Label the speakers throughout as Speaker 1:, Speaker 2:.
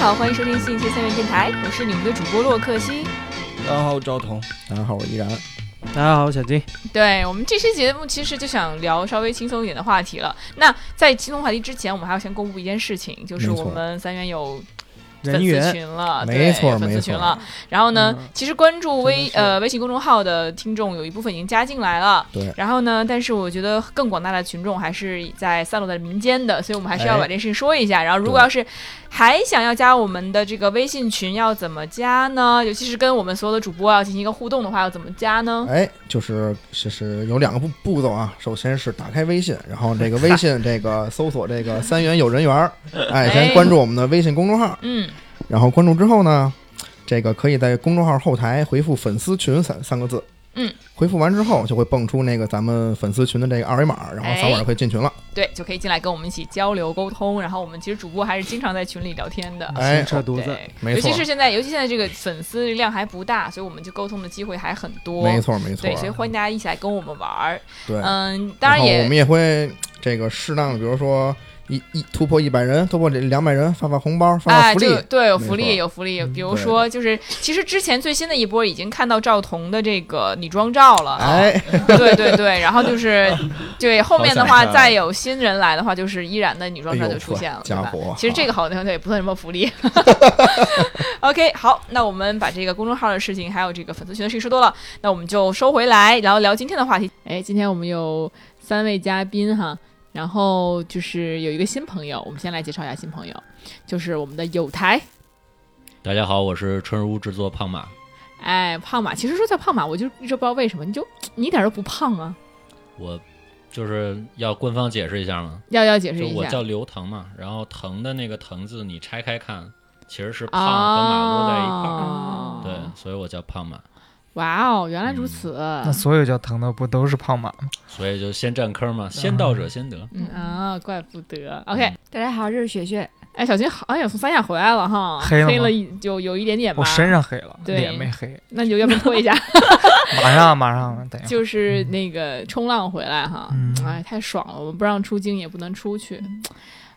Speaker 1: 好，欢迎收听新一期三元电台，我是你们的主播洛克西。
Speaker 2: 大家好，赵彤。
Speaker 3: 大家好，我依然。
Speaker 4: 大家好，我小金。
Speaker 1: 对我们这期节目其实就想聊稍微轻松一点的话题了。那在轻松话题之前，我们还要先公布一件事情，就是
Speaker 3: 没错
Speaker 1: 我们三元有粉
Speaker 4: 人
Speaker 1: 丝
Speaker 4: 员
Speaker 1: 群了，
Speaker 3: 没错
Speaker 1: 对，粉丝
Speaker 3: 没
Speaker 1: 群
Speaker 3: 错
Speaker 1: 了。然后呢，
Speaker 4: 嗯
Speaker 1: 其实关注微
Speaker 4: 真的是
Speaker 1: 呃微信公众号的听众有一部分已经加进来了。
Speaker 3: 对
Speaker 1: 然后呢，但是我觉得更广大的群众还是在散落在民间的，所以我们还是要
Speaker 3: 哎
Speaker 1: 把这件事情说一下。然后，如果
Speaker 3: 对
Speaker 1: 要是还想要加我们的这个微信群，要怎么加呢？尤其是跟我们所有的主播要进行一个互动的话，要怎么加呢？
Speaker 3: 哎，就是就是有两个步步骤啊，首先是打开微信，然后这个微信这个搜索这个三元有人 缘儿，哎，
Speaker 1: 哎
Speaker 3: 先关注我们的微信公众号，
Speaker 1: 嗯，
Speaker 3: 然后关注之后呢，这个可以在公众号后台回复“粉丝群”三三个字，
Speaker 1: 嗯，
Speaker 3: 回复完之后就会蹦出那个咱们粉丝群的这个二维码，然后扫码
Speaker 1: 哎
Speaker 3: 就可以进群了。
Speaker 1: 对，就可以进来跟我们一起交流沟通。然后我们其实主播还是经常在群里聊天的。
Speaker 3: 哎
Speaker 4: 新，车犊子，
Speaker 1: 对，
Speaker 3: 没
Speaker 1: 尤其
Speaker 3: 错
Speaker 1: 是现在，尤其现在这个粉丝量还不大，所以我们就沟通的机会还很多。
Speaker 3: 没错没错
Speaker 1: 对，，所以欢迎大家一起来跟我们玩儿。
Speaker 3: 对，
Speaker 1: 嗯，当然
Speaker 3: 后
Speaker 1: 也
Speaker 3: 我们也会这个适当的，比如说一一突破一百人，突破两百人，发发红包，发
Speaker 1: 哎，
Speaker 3: 发福利
Speaker 1: 就，对，有
Speaker 3: 没
Speaker 1: 福利，
Speaker 3: 错嗯
Speaker 1: 有福利。比如
Speaker 3: 对
Speaker 1: 说，就是其实之前最新的一波已经看到赵彤的这个女装照了，
Speaker 3: 哎，
Speaker 1: 对对对。然后就是，对后面的
Speaker 2: 好
Speaker 1: 话，
Speaker 2: 想看
Speaker 1: 再有新人来的话，就是依然的女装照
Speaker 3: 哎呦
Speaker 1: 就出现了，对
Speaker 3: 家
Speaker 1: 吧
Speaker 3: 伙？
Speaker 1: 其实这个好像也不算什么福利。OK，好，那我们把这个公众号的事情还有这个粉丝群的事情说多了，那我们就收回来，然后聊今天的话题。哎，今天我们有三位嘉宾哈。然后就是有一个新朋友，我们先来介绍一下新朋友，就是我们的有台，
Speaker 2: 大家好，我是春如制作胖马，
Speaker 1: 哎，胖马，其实说叫胖马，我就一直不知道为什么，你就你一点都不胖啊，
Speaker 2: 我就是要官方解释一下吗？
Speaker 1: 要要解释
Speaker 2: 就
Speaker 1: 一
Speaker 2: 我
Speaker 1: 下
Speaker 2: 叫刘腾嘛，然后腾的那个腾字你拆开看，其实是
Speaker 1: 啊
Speaker 2: 胖和马摞在一块儿。
Speaker 1: 哦
Speaker 2: 对，所以我叫胖马，
Speaker 1: 哇哦，原来如此，
Speaker 4: 那所有叫疼的不都是 胖马吗？
Speaker 2: 所以就先占坑嘛，先到者先得。
Speaker 1: 嗯啊，怪不得。OK，
Speaker 5: 大家好，这是雪雪。
Speaker 1: 哎，小金好像也从三亚回来了哈，
Speaker 4: 黑了吗哦
Speaker 1: 了一就有一点点吧
Speaker 4: 我。身上黑了，
Speaker 1: 对
Speaker 4: 脸没黑，
Speaker 1: 那你就要不拖一
Speaker 4: 哎
Speaker 1: 下，
Speaker 4: 马上马上，等一会儿。
Speaker 1: 就是那个冲浪回来哈，
Speaker 4: 嗯
Speaker 1: 哎，太爽了，我们不让出京也不能出去。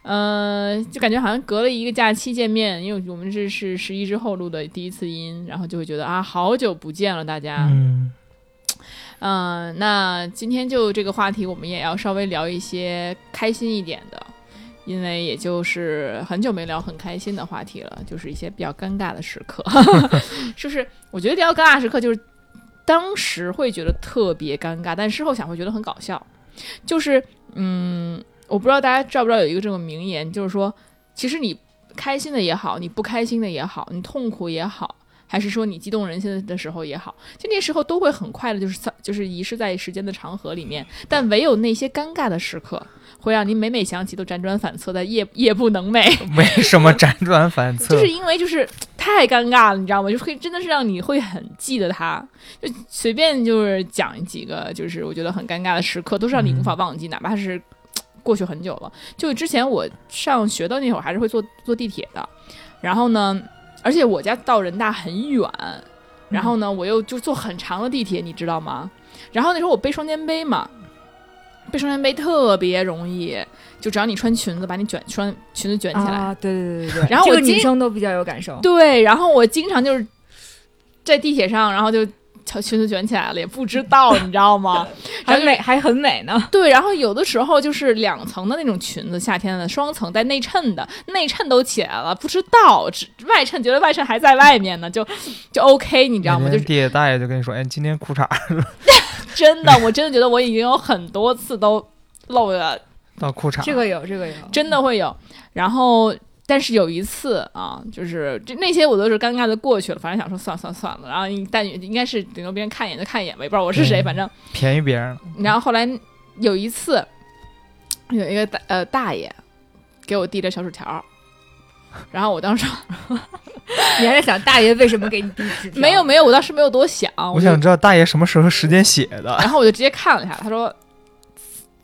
Speaker 1: 呃，就感觉好像隔了一个假期见面，因为我们这是十一之后录的第一次音，然后就会觉得啊，好久不见了，大家。
Speaker 4: 嗯，
Speaker 1: 嗯，那今天就这个话题，我们也要稍微聊一些开心一点的，因为也就是很久没聊很开心的话题了，就是一些比较尴尬的时刻， 就是我觉得聊尴尬时刻就是当时会觉得特别尴尬，但事后想会觉得很搞笑，就是嗯，我不知道大家知道不知道有一个这种名言，就是说，其实你开心的也好，你不开心的也好，你痛苦也好。还是说你激动人心的时候也好，就那时候都会很快的，就是丧就是遗失在时间的长河里面。但唯有那些尴尬的时刻，会让您每每想起都辗转反侧的夜夜不能寐。
Speaker 4: 为什么辗转反 侧？
Speaker 5: 嗯
Speaker 1: 就是因为就是太尴尬了，你知道吗？就是会真的是让你会很记得它。就随便就是讲几个，就是我觉得很尴尬的时刻，都是让
Speaker 5: 嗯
Speaker 1: 你无法忘记，哪怕是过去很久了。就之前我上学的那会儿，还是会坐坐地铁的。然后呢，而且我家到人大很远，
Speaker 5: 嗯
Speaker 1: 然后呢，我又就坐很长的地铁，你知道吗？然后那时候我背双肩背嘛，背双肩背特别容易，就只要你穿裙子，把你卷穿裙子卷起来。
Speaker 5: 啊，对对对对对。
Speaker 1: 然后我
Speaker 5: 这个
Speaker 1: 今
Speaker 5: 女生都比较有感受。
Speaker 1: 对，然后我经常就是在地铁上，然后就裙子卷起来了，也不知道，你知道吗？然
Speaker 5: 还
Speaker 1: 后
Speaker 5: 美，还很美 呢。
Speaker 1: 对，然后有的时候就是两层的那种裙子，夏天的双层带内衬的，内衬都起来了，不知道，只外衬觉得外衬还在外面呢，就就 OK，你知道吗？
Speaker 4: 每
Speaker 1: 就
Speaker 4: 天
Speaker 1: 是
Speaker 4: 地铁大爷就跟你说，哎，今天裤衩儿
Speaker 1: 真的，我真的觉得我已经有很多次都漏了
Speaker 4: 到裤衩儿，
Speaker 5: 这个有，这个有。
Speaker 1: 真的会有。然后，但是有一次啊，就是这那些我都是尴尬的过去了，反正想说算算算了。然后你，但应该是顶多别人看一眼就看一眼吧，也不知道我是谁，
Speaker 4: 嗯
Speaker 1: 反正。
Speaker 4: 便宜别人了。
Speaker 1: 然后后来有一次，有一个大呃大爷给我递着小纸条儿，然后我当时
Speaker 5: 你还在想大爷为什么给你递纸 条？
Speaker 1: 没有没有，我当时没有多想，哦我
Speaker 4: 我
Speaker 1: 就
Speaker 4: 想知道大爷什么时候时间写的。
Speaker 1: 然后我就直接看了一下，他说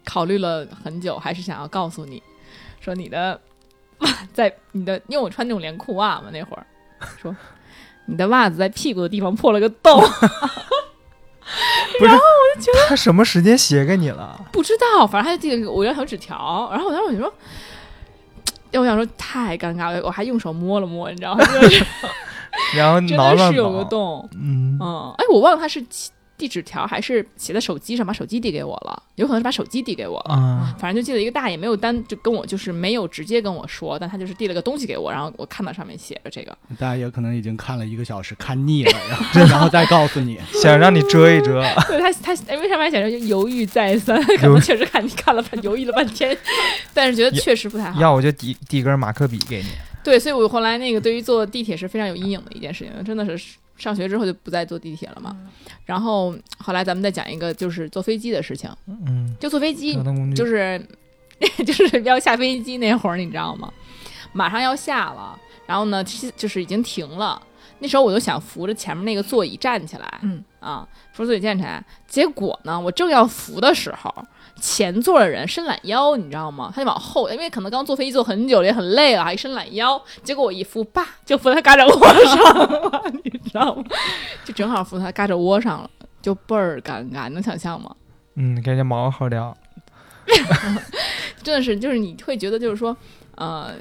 Speaker 1: 考虑了很久，还是想要告诉你，说你的在你的，因为我穿那种连裤袜嘛，那会儿说你的袜子在屁股的地方破了个洞，
Speaker 4: 他什么时间写给你了？
Speaker 1: 不知道，反正他就递了个我一张小纸条，然后我当时我就说。但我想说太尴尬了，我还用手摸了摸，你知道吗？ 就是
Speaker 4: 然后
Speaker 1: 真
Speaker 4: 挠
Speaker 1: 的
Speaker 4: 了
Speaker 1: 是有个
Speaker 4: 挠，
Speaker 1: 洞。
Speaker 4: 嗯，
Speaker 1: 嗯，哎，我忘了他是写递纸条还是写在手机上，把手机递给我了，有可能是把手机递给我了。
Speaker 4: 啊，
Speaker 1: 反正就记得一个大爷没有单就跟我就是没有直接跟我说，但他就是递了个东西给我，然后我看到上面写着这 个，
Speaker 6: 大家也可能已经看了一个小时，看腻了，然后 然后再告诉你，
Speaker 4: 想让你遮一遮，
Speaker 1: 对他他因为上面还写着就犹豫再三， 可能确实看你看了半犹豫了半天， 但是觉得确实不太好。
Speaker 4: 要我就递递根马克笔给你。
Speaker 1: 对，所以我后来那个对于坐地铁是非常有阴影的一件事情，真的是上学之后就不再坐地铁了
Speaker 4: 嗯
Speaker 1: 嘛。然后后来咱们再讲一个就是坐飞机的事情，
Speaker 4: 嗯，
Speaker 1: 就坐飞机
Speaker 4: 交通工具
Speaker 1: 就是 就是要下飞机那会儿，你知道吗？马上要下了，然后呢，其就是已经停了。那时候我就想扶着前面那个座椅站起来，
Speaker 5: 嗯
Speaker 1: 啊，扶着座椅站起来。结果呢，我正要扶的时候，前座的人伸懒腰，你知道吗？他就往后，因为可能刚坐飞机坐很久了，也很累了，还伸懒腰。结果我一扶，叭，就扶他胳肢窝上了， 你知道吗？就正好扶他胳肢窝上了，就倍儿尴尬，你能想象吗？
Speaker 4: 嗯，感觉毛好聊。
Speaker 1: 真的是，就是你会觉得就是说，呃，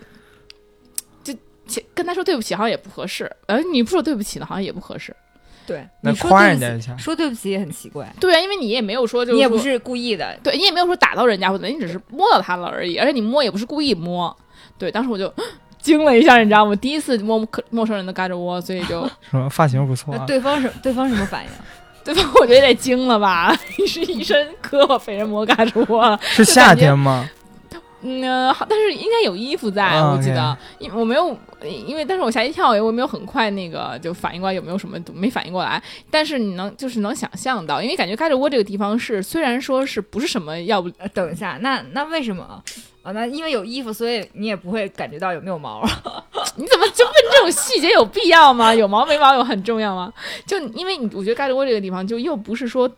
Speaker 1: 就其跟他说对不起好像也不合适，呃，你不说对不起呢好像也不合适，
Speaker 5: 对，
Speaker 4: 那
Speaker 5: 你说
Speaker 4: 夸
Speaker 5: 对
Speaker 4: 人
Speaker 5: 不
Speaker 4: 家
Speaker 5: 起
Speaker 4: 一下
Speaker 5: 说对不起也很奇怪，
Speaker 1: 对啊，因为你也没有说就是
Speaker 5: 你也不
Speaker 1: 说
Speaker 5: 是故意的，
Speaker 1: 对你也没有说打到人家或者你只是摸到他了而已，而且你摸也不是故意摸，对，当时我就嗯惊了一下，你知道吗？第一次摸陌陌生人的胳肢窝，所以就
Speaker 4: 什么发型不错、
Speaker 5: 那
Speaker 4: 啊，
Speaker 5: 呃对方什对方什么反应？
Speaker 1: 对吧？我觉得有点惊了吧， 你是一身胳膊被人摸胳肢窝了，
Speaker 4: 是
Speaker 1: 就
Speaker 4: 夏
Speaker 1: 感觉
Speaker 4: 天吗？
Speaker 1: 嗯，好，但是应该有衣服在，
Speaker 4: 啊
Speaker 1: 我记
Speaker 4: OK
Speaker 1: 得，因我没有，因为但是我吓一跳，我没有很快那个就反应过来有没有什么没反应过来，但是你能就是能想象到，因为感觉胳肢窝这个地方是虽然说是不是什么要不
Speaker 5: 呃等一下，那那为什么啊？啊那因为有衣服，所以你也不会感觉到有没有毛。啊
Speaker 1: 你怎么就问这种细节有必要吗？ 有毛没毛有很重要吗？就因为你我觉得胳肢窝这个地方就又不是说。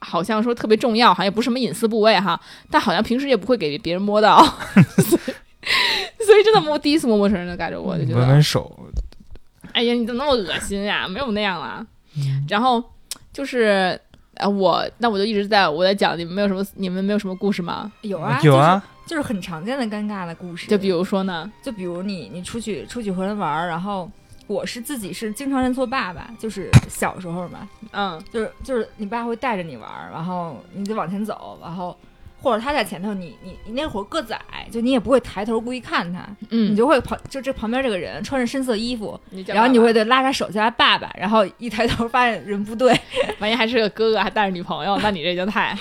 Speaker 1: 好像说特别重要，好像也不是什么隐私部位哈，但好像平时也不会给别人摸到， 所以 所以真的摸第一次摸陌生人的胳肢窝，就觉得
Speaker 4: 闻闻手，
Speaker 1: 哎呀，你怎么那么恶心呀、没有那样啦。然后就是呃，我那我就一直在我在讲，你们没有什么，你们没有什么故事吗？
Speaker 5: 有啊，
Speaker 4: 有啊，
Speaker 5: 就是，就是很常见的尴尬的故事。
Speaker 1: 就比如说呢，
Speaker 5: 就比如你你出去出去和人玩儿，然后我是自己是经常认错爸爸，就是小时候嘛，
Speaker 1: 嗯，
Speaker 5: 就是就是你爸会带着你玩儿，然后你得往前走，然后或者他在前头，你你你那会儿个子矮，就你也不会抬头故意看他，
Speaker 1: 嗯
Speaker 5: 你就会旁就这旁边这个人穿着深色衣服，
Speaker 1: 你讲
Speaker 5: 然后你
Speaker 1: 吧
Speaker 5: 会得拉着手叫他爸爸，然后一抬头发现人不对，
Speaker 1: 万一还是个哥哥，还带着女朋友，那你这就太……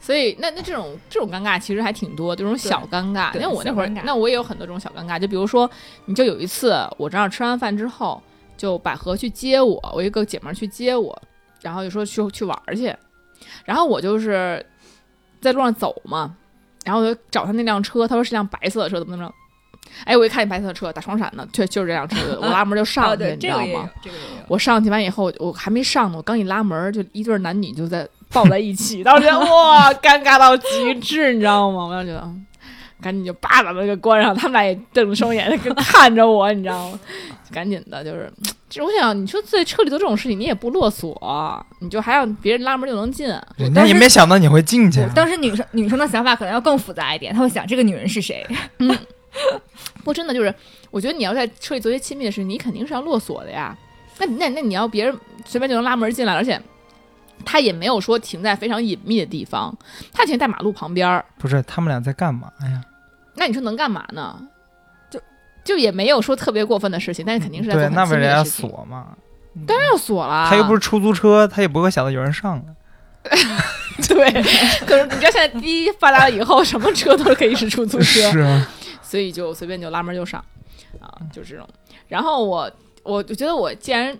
Speaker 1: 所以，那那这种这种尴尬其实还挺多，这种小尴尬。
Speaker 5: 对
Speaker 1: 那我那会儿
Speaker 5: 小尴尬，
Speaker 1: 那我也有很多种小尴尬，就比如说，你就有一次，我正好吃完饭之后，就百合去接我，我一个姐们儿去接我，然后就说去去玩儿去，然后我就是在路上走嘛，然后我就找他那辆车，他说是辆白色的车，怎么怎么着。哎，我一看见白色的车打双闪的，确就是这辆车，我拉门就上去，
Speaker 5: 哦对，
Speaker 1: 你知
Speaker 5: 这
Speaker 1: 道
Speaker 5: 个
Speaker 1: 吗？
Speaker 5: 也有，这个也有。
Speaker 1: 我上去完以后，我还没上呢，我刚一拉门儿，就一对儿男女就在抱在一起，当时觉得哇，尴尬到极致，你知道吗？我当时觉得，嗯赶紧就叭把门给关上，他们俩也瞪着双眼跟看着我，你知道吗？赶紧的，就是，这我想，你说在车里做这种事情，你也不落锁，你就还让别人拉门就能进，
Speaker 4: 人家也没想到你会进去啊
Speaker 5: 我。当时女生女生的想法可能要更复杂一点，她会想这个女人是谁？
Speaker 1: 不，真的就是，我觉得你要在车里做一些亲密的事情，你肯定是要落锁的呀。那那那你要别人随便就能拉门进来，而且他也没有说停在非常隐秘的地方，他停在马路旁边儿，
Speaker 4: 不是他们俩在干嘛呀？
Speaker 1: 那你说能干嘛呢？
Speaker 5: 就
Speaker 1: 就也没有说特别过分的事情，但是肯定是在做
Speaker 4: 对，
Speaker 1: 很
Speaker 4: 那不
Speaker 1: 亲
Speaker 4: 是
Speaker 1: 密
Speaker 4: 人
Speaker 1: 的
Speaker 4: 家
Speaker 1: 事情。
Speaker 4: 锁吗？
Speaker 1: 当然要锁了，
Speaker 4: 他又不是出租车，他也不会想到有人上来。
Speaker 1: 是对。可是你知道现在第一发达了以后，什么车都可以是出租 车，
Speaker 4: 是啊，
Speaker 1: 所以就随便就拉门就上，啊，就这种。然后我我就觉得我既然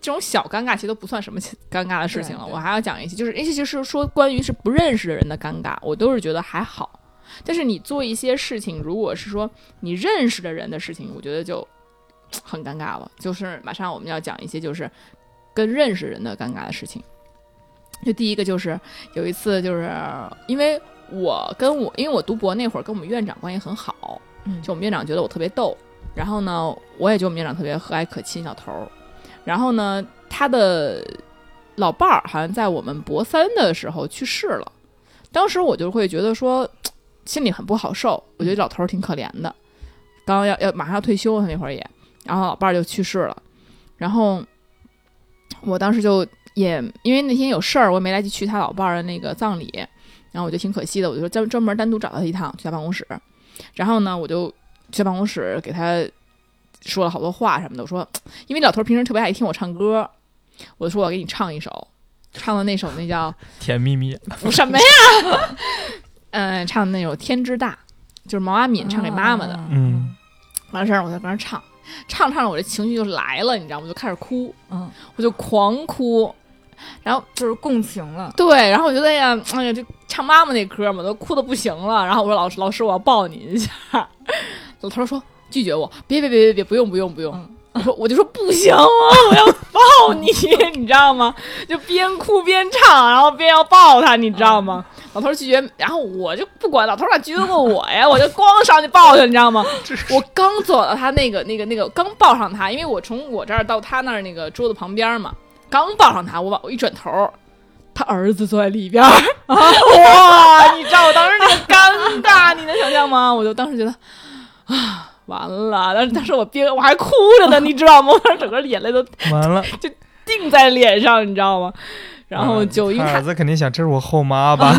Speaker 1: 这种小尴尬其实都不算什么尴尬的事情了，
Speaker 5: 对对
Speaker 1: 我还要讲一些，就是那些就是说关于是不认识的人的尴尬，我都是觉得还好。但是你做一些事情，如果是说你认识的人的事情，我觉得就很尴尬了。就是马上我们要讲一些就是跟认识人的尴尬的事情。就第一个就是有一次，就是因为我跟我因为我读博那会儿跟我们院长关系很好，
Speaker 5: 嗯
Speaker 1: 就我们院长觉得我特别逗，然后呢，我也觉得我们院长特别和蔼可亲小头儿，然后呢，他的老伴儿好像在我们博三的时候去世了，当时我就会觉得说心里很不好受，我觉得老头儿挺可怜的。刚要要马上要退休，他那会儿也，然后老伴儿就去世了，然后我当时就也因为那天有事儿，我也没来及去他老伴儿的那个葬礼，然后我就挺可惜的，我就说专专门单独找他一趟，去他办公室，然后呢，我就去他办公室给他说了好多话什么的，我说，因为老头儿平时特别爱听我唱歌，我就说我给你唱一首，唱的那首那叫
Speaker 4: 甜蜜蜜，
Speaker 1: 不什么呀？嗯，唱的那首《天之大》，就是毛阿敏唱给妈
Speaker 5: 哦
Speaker 1: 妈的。
Speaker 5: 啊
Speaker 4: 嗯，
Speaker 1: 完了事儿，我就跟那唱，唱着唱着我这情绪就来了，你知道吗？我就开始哭，
Speaker 5: 嗯，
Speaker 1: 我就狂哭。
Speaker 5: 就是共情了。
Speaker 1: 对，然后我就在呀，哎呀，这唱妈妈那歌嘛，都哭的不行了。然后我说老师，老师，我要抱你一下。 老头儿说拒绝我，别别别别别，不用不用不用。
Speaker 5: 嗯
Speaker 1: 我说我就说不行啊，我要抱你， 你知道吗？就边哭边唱，然后边要抱他，你知道吗？老头儿拒绝，然后我就不管，老头儿哪拒绝过我呀？ 我就咣上去抱他，你知道吗？我刚走到他那个那个那个，刚抱上他，因为我从我这儿到他那儿那个桌子旁边嘛，刚抱上他，我把我一转头，他儿子坐在里边儿，啊哇！你知道我当时那个尴尬，你能想象吗？我就当时觉得啊，完了，但是当时我憋，我还哭着 呢，你知道吗？我当时整个眼泪都
Speaker 4: 完了，
Speaker 1: 定在脸上，你知道吗？ 然后就因为
Speaker 4: 嗯他
Speaker 1: 他
Speaker 4: 啊儿子肯定想这是我后妈吧？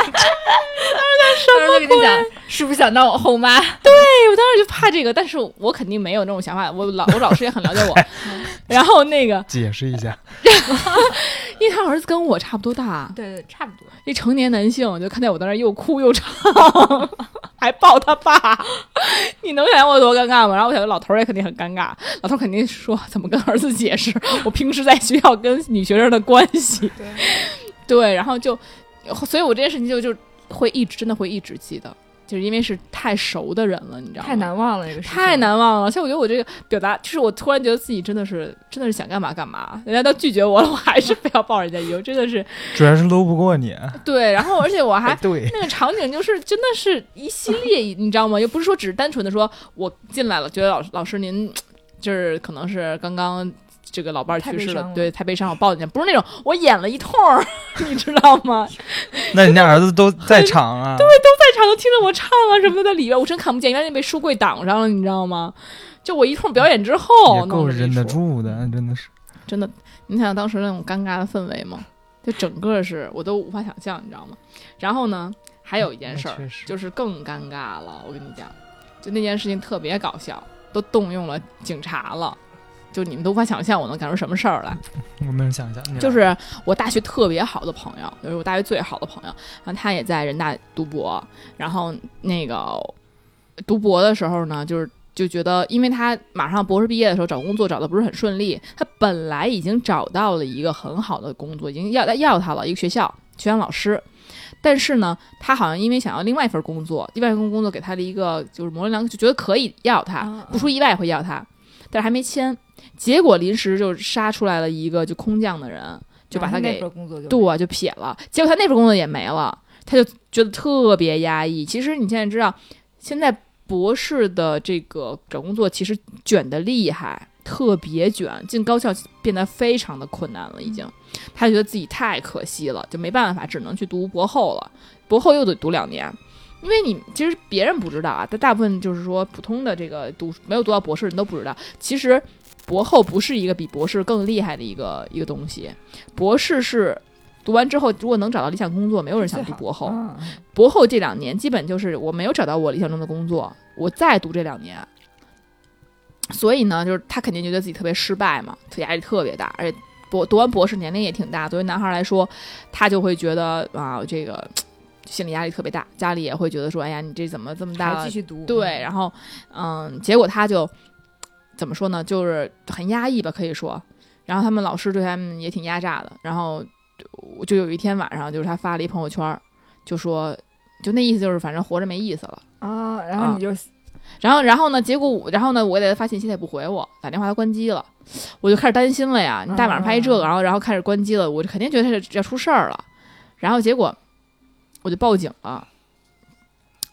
Speaker 5: 当时就跟你讲，是不是想当我后妈？
Speaker 1: 我当时就怕这个，但是我肯定没有那种想法。我老我老师也很了 解我，然后那个，
Speaker 4: 解释一下，
Speaker 1: 因为他儿子跟我差不多大，
Speaker 5: 对对，差不多。
Speaker 1: 一成年男性，就看见我在那儿又哭又唱， 还抱他爸， 你能想象我有多尴尬吗？然后我想，老头儿也肯定很尴尬，老头儿肯定说怎么跟儿子解释 我平时在学校跟女学生的关系，
Speaker 5: 对，
Speaker 1: 对，然后就，所以我这件事情就就会一直真的会一直记得，就是因为是太熟的人了，你知道吗？
Speaker 5: 太难忘了这个事情，
Speaker 1: 太难忘了。所以我觉得我这个表达，就是我突然觉得自己真的是，真的是想干嘛干嘛，人家都拒绝我了，我还是非要抱人家一个，真的是
Speaker 4: 主要是搂不过你。哎
Speaker 1: 对。然后，而且我还
Speaker 4: 对，
Speaker 1: 那个场景就是真的是一系列，你知道吗？又不是说只是单纯的说我进来了，觉得老老师您就是可能是刚刚。这个老伴儿
Speaker 5: 太
Speaker 1: 去
Speaker 5: 悲
Speaker 1: 世了，
Speaker 5: 伤了
Speaker 1: 对，太悲伤，我抱你，不是那种我演了一通儿， 你知道吗？
Speaker 4: 那人家儿子都在场 啊，
Speaker 1: 在场都听着我唱啊什么的，里边我真看不见，原来被书柜挡上了，你知道吗？就我一通表演之后，
Speaker 4: 也够
Speaker 1: 弄这么一
Speaker 4: 忍得
Speaker 1: 出
Speaker 4: 住的，
Speaker 1: 嗯
Speaker 4: 真的是。
Speaker 1: 真的，你想想当时那种尴尬的氛围吗？就整个是我都无法想象，你知道吗？然后呢，还有一件事
Speaker 4: 那确
Speaker 1: 儿
Speaker 4: 实
Speaker 1: 就是更尴尬了，我跟你讲，就那件事情特别搞笑，都动用了警察了，就你们都无法想象我能干出什么事儿来。
Speaker 4: 我没有想象，你来
Speaker 1: 就是我大学特别好的朋友，就是我大学最好的朋友，然后他也在人大读博，然后那个读博的时候呢，就是。就觉得，因为他马上博士毕业的时候找工作找的不是很顺利，他本来已经找到了一个很好的工作，已经要要他了，一个学校学院老师，但是呢，他好像因为想要另外一份工作，另外一份工作给他的一个就是模棱两可，就觉得可以要他，
Speaker 5: 嗯嗯
Speaker 1: 不出意外会要他，但是还没签，结果临时就杀出来了一个就空降的人，就把他
Speaker 5: 那
Speaker 1: 给
Speaker 5: 份工作就
Speaker 1: 对，就撇了。结果他那份工作也没了，他就觉得特别压抑。其实你现在知道，现在博士的这个找工作其实卷的厉害，特别卷，进高校变得非常的困难了，已经。他觉得自己太可惜了，就没办法，只能去读博后了。博后又得读两年。因为你其实别人不知道啊，但大部分就是说普通的这个读没有读到博士的人都不知道，其实博后不是一个比博士更厉害的一个一个东西，博士是读完之后如果能找到理想工作，没有人想读博后，
Speaker 5: 嗯
Speaker 1: 博后这两年基本就是我没有找到我理想中的工作，我再读这两年。所以呢，就是他肯定觉得自己特别失败嘛，特压力特别大，而且博读完博士年龄也挺大，作为男孩来说，他就会觉得啊，这个心理压力特别大，家里也会觉得说，哎呀，你这怎么这么大
Speaker 5: 还
Speaker 1: 了
Speaker 5: 继续读，
Speaker 1: 对，然后嗯，结果他就怎么说呢，就是很压抑吧，可以说。然后他们老师对他们也挺压榨的。然后我就有一天晚上，就是他发了一朋友圈儿，就说，就那意思就是反正活着没意思了。
Speaker 5: 啊，然后你就
Speaker 1: 然后，然后呢？结果我，然后呢？我给他发信息，他也不回我，打电话他关机了，我就开始担心了呀。你大晚上拍一这个，然后然后开始关机了，我就肯定觉得他是要出事儿了。然后结果我就报警了，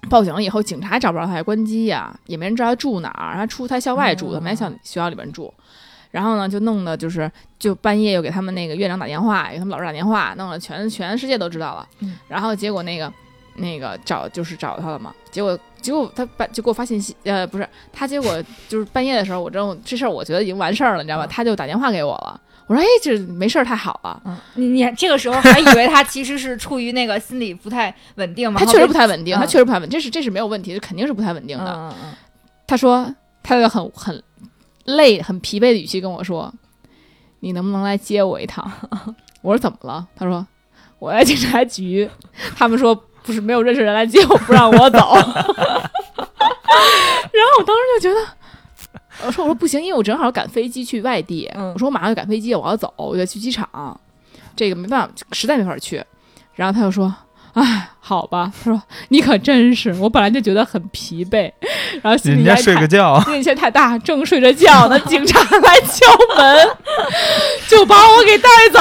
Speaker 1: 报警了以后，警察找不着他，还关机呀、也没人知道他住哪儿，他出他校外住，
Speaker 5: 嗯
Speaker 1: 他没在校学校里边住。然后呢，就弄的就是，就半夜又给他们那个院长打电话，给他们老师打电话，弄得全全世界都知道了。
Speaker 5: 嗯
Speaker 1: 然后结果那个那个找就是找他了嘛，结果结果他半就给我发信息，呃，不是他，结果就是半夜的时候，我正这事儿我觉得已经完事儿了，你知道吧？他就打电话给我了，我说哎，这没事儿，太好了。
Speaker 5: 嗯，你你这个时候还以为他其实是处于那个心理不太稳定嘛？
Speaker 1: 他确实不太稳定，
Speaker 5: 嗯
Speaker 1: 他确实不太稳，这是这是没有问题，这肯定是不太稳定
Speaker 5: 然
Speaker 1: 的。
Speaker 5: 后被嗯嗯嗯，
Speaker 1: 他说他用很很累、很疲惫的语气跟我说：“你能不能来接我一趟？” 我说：“怎么了？”他说：“我在警察局，他们说不是没有认识人来接我，不让我走。” 然后我当时就觉得。我说我说不行，因为我正好赶飞机去外地，
Speaker 5: 嗯
Speaker 1: 我说我马上就赶飞机，我要走，我就去机场，这个没办法，实在没法去。然后他就说：“哎，好吧。”他说：“你可真是，我本来就觉得很疲惫，然后心里
Speaker 4: 人家
Speaker 1: 还
Speaker 4: 睡
Speaker 1: 忐
Speaker 4: 个觉，
Speaker 1: 力气太大，正睡着觉呢，警察来敲门， 就把我给带走，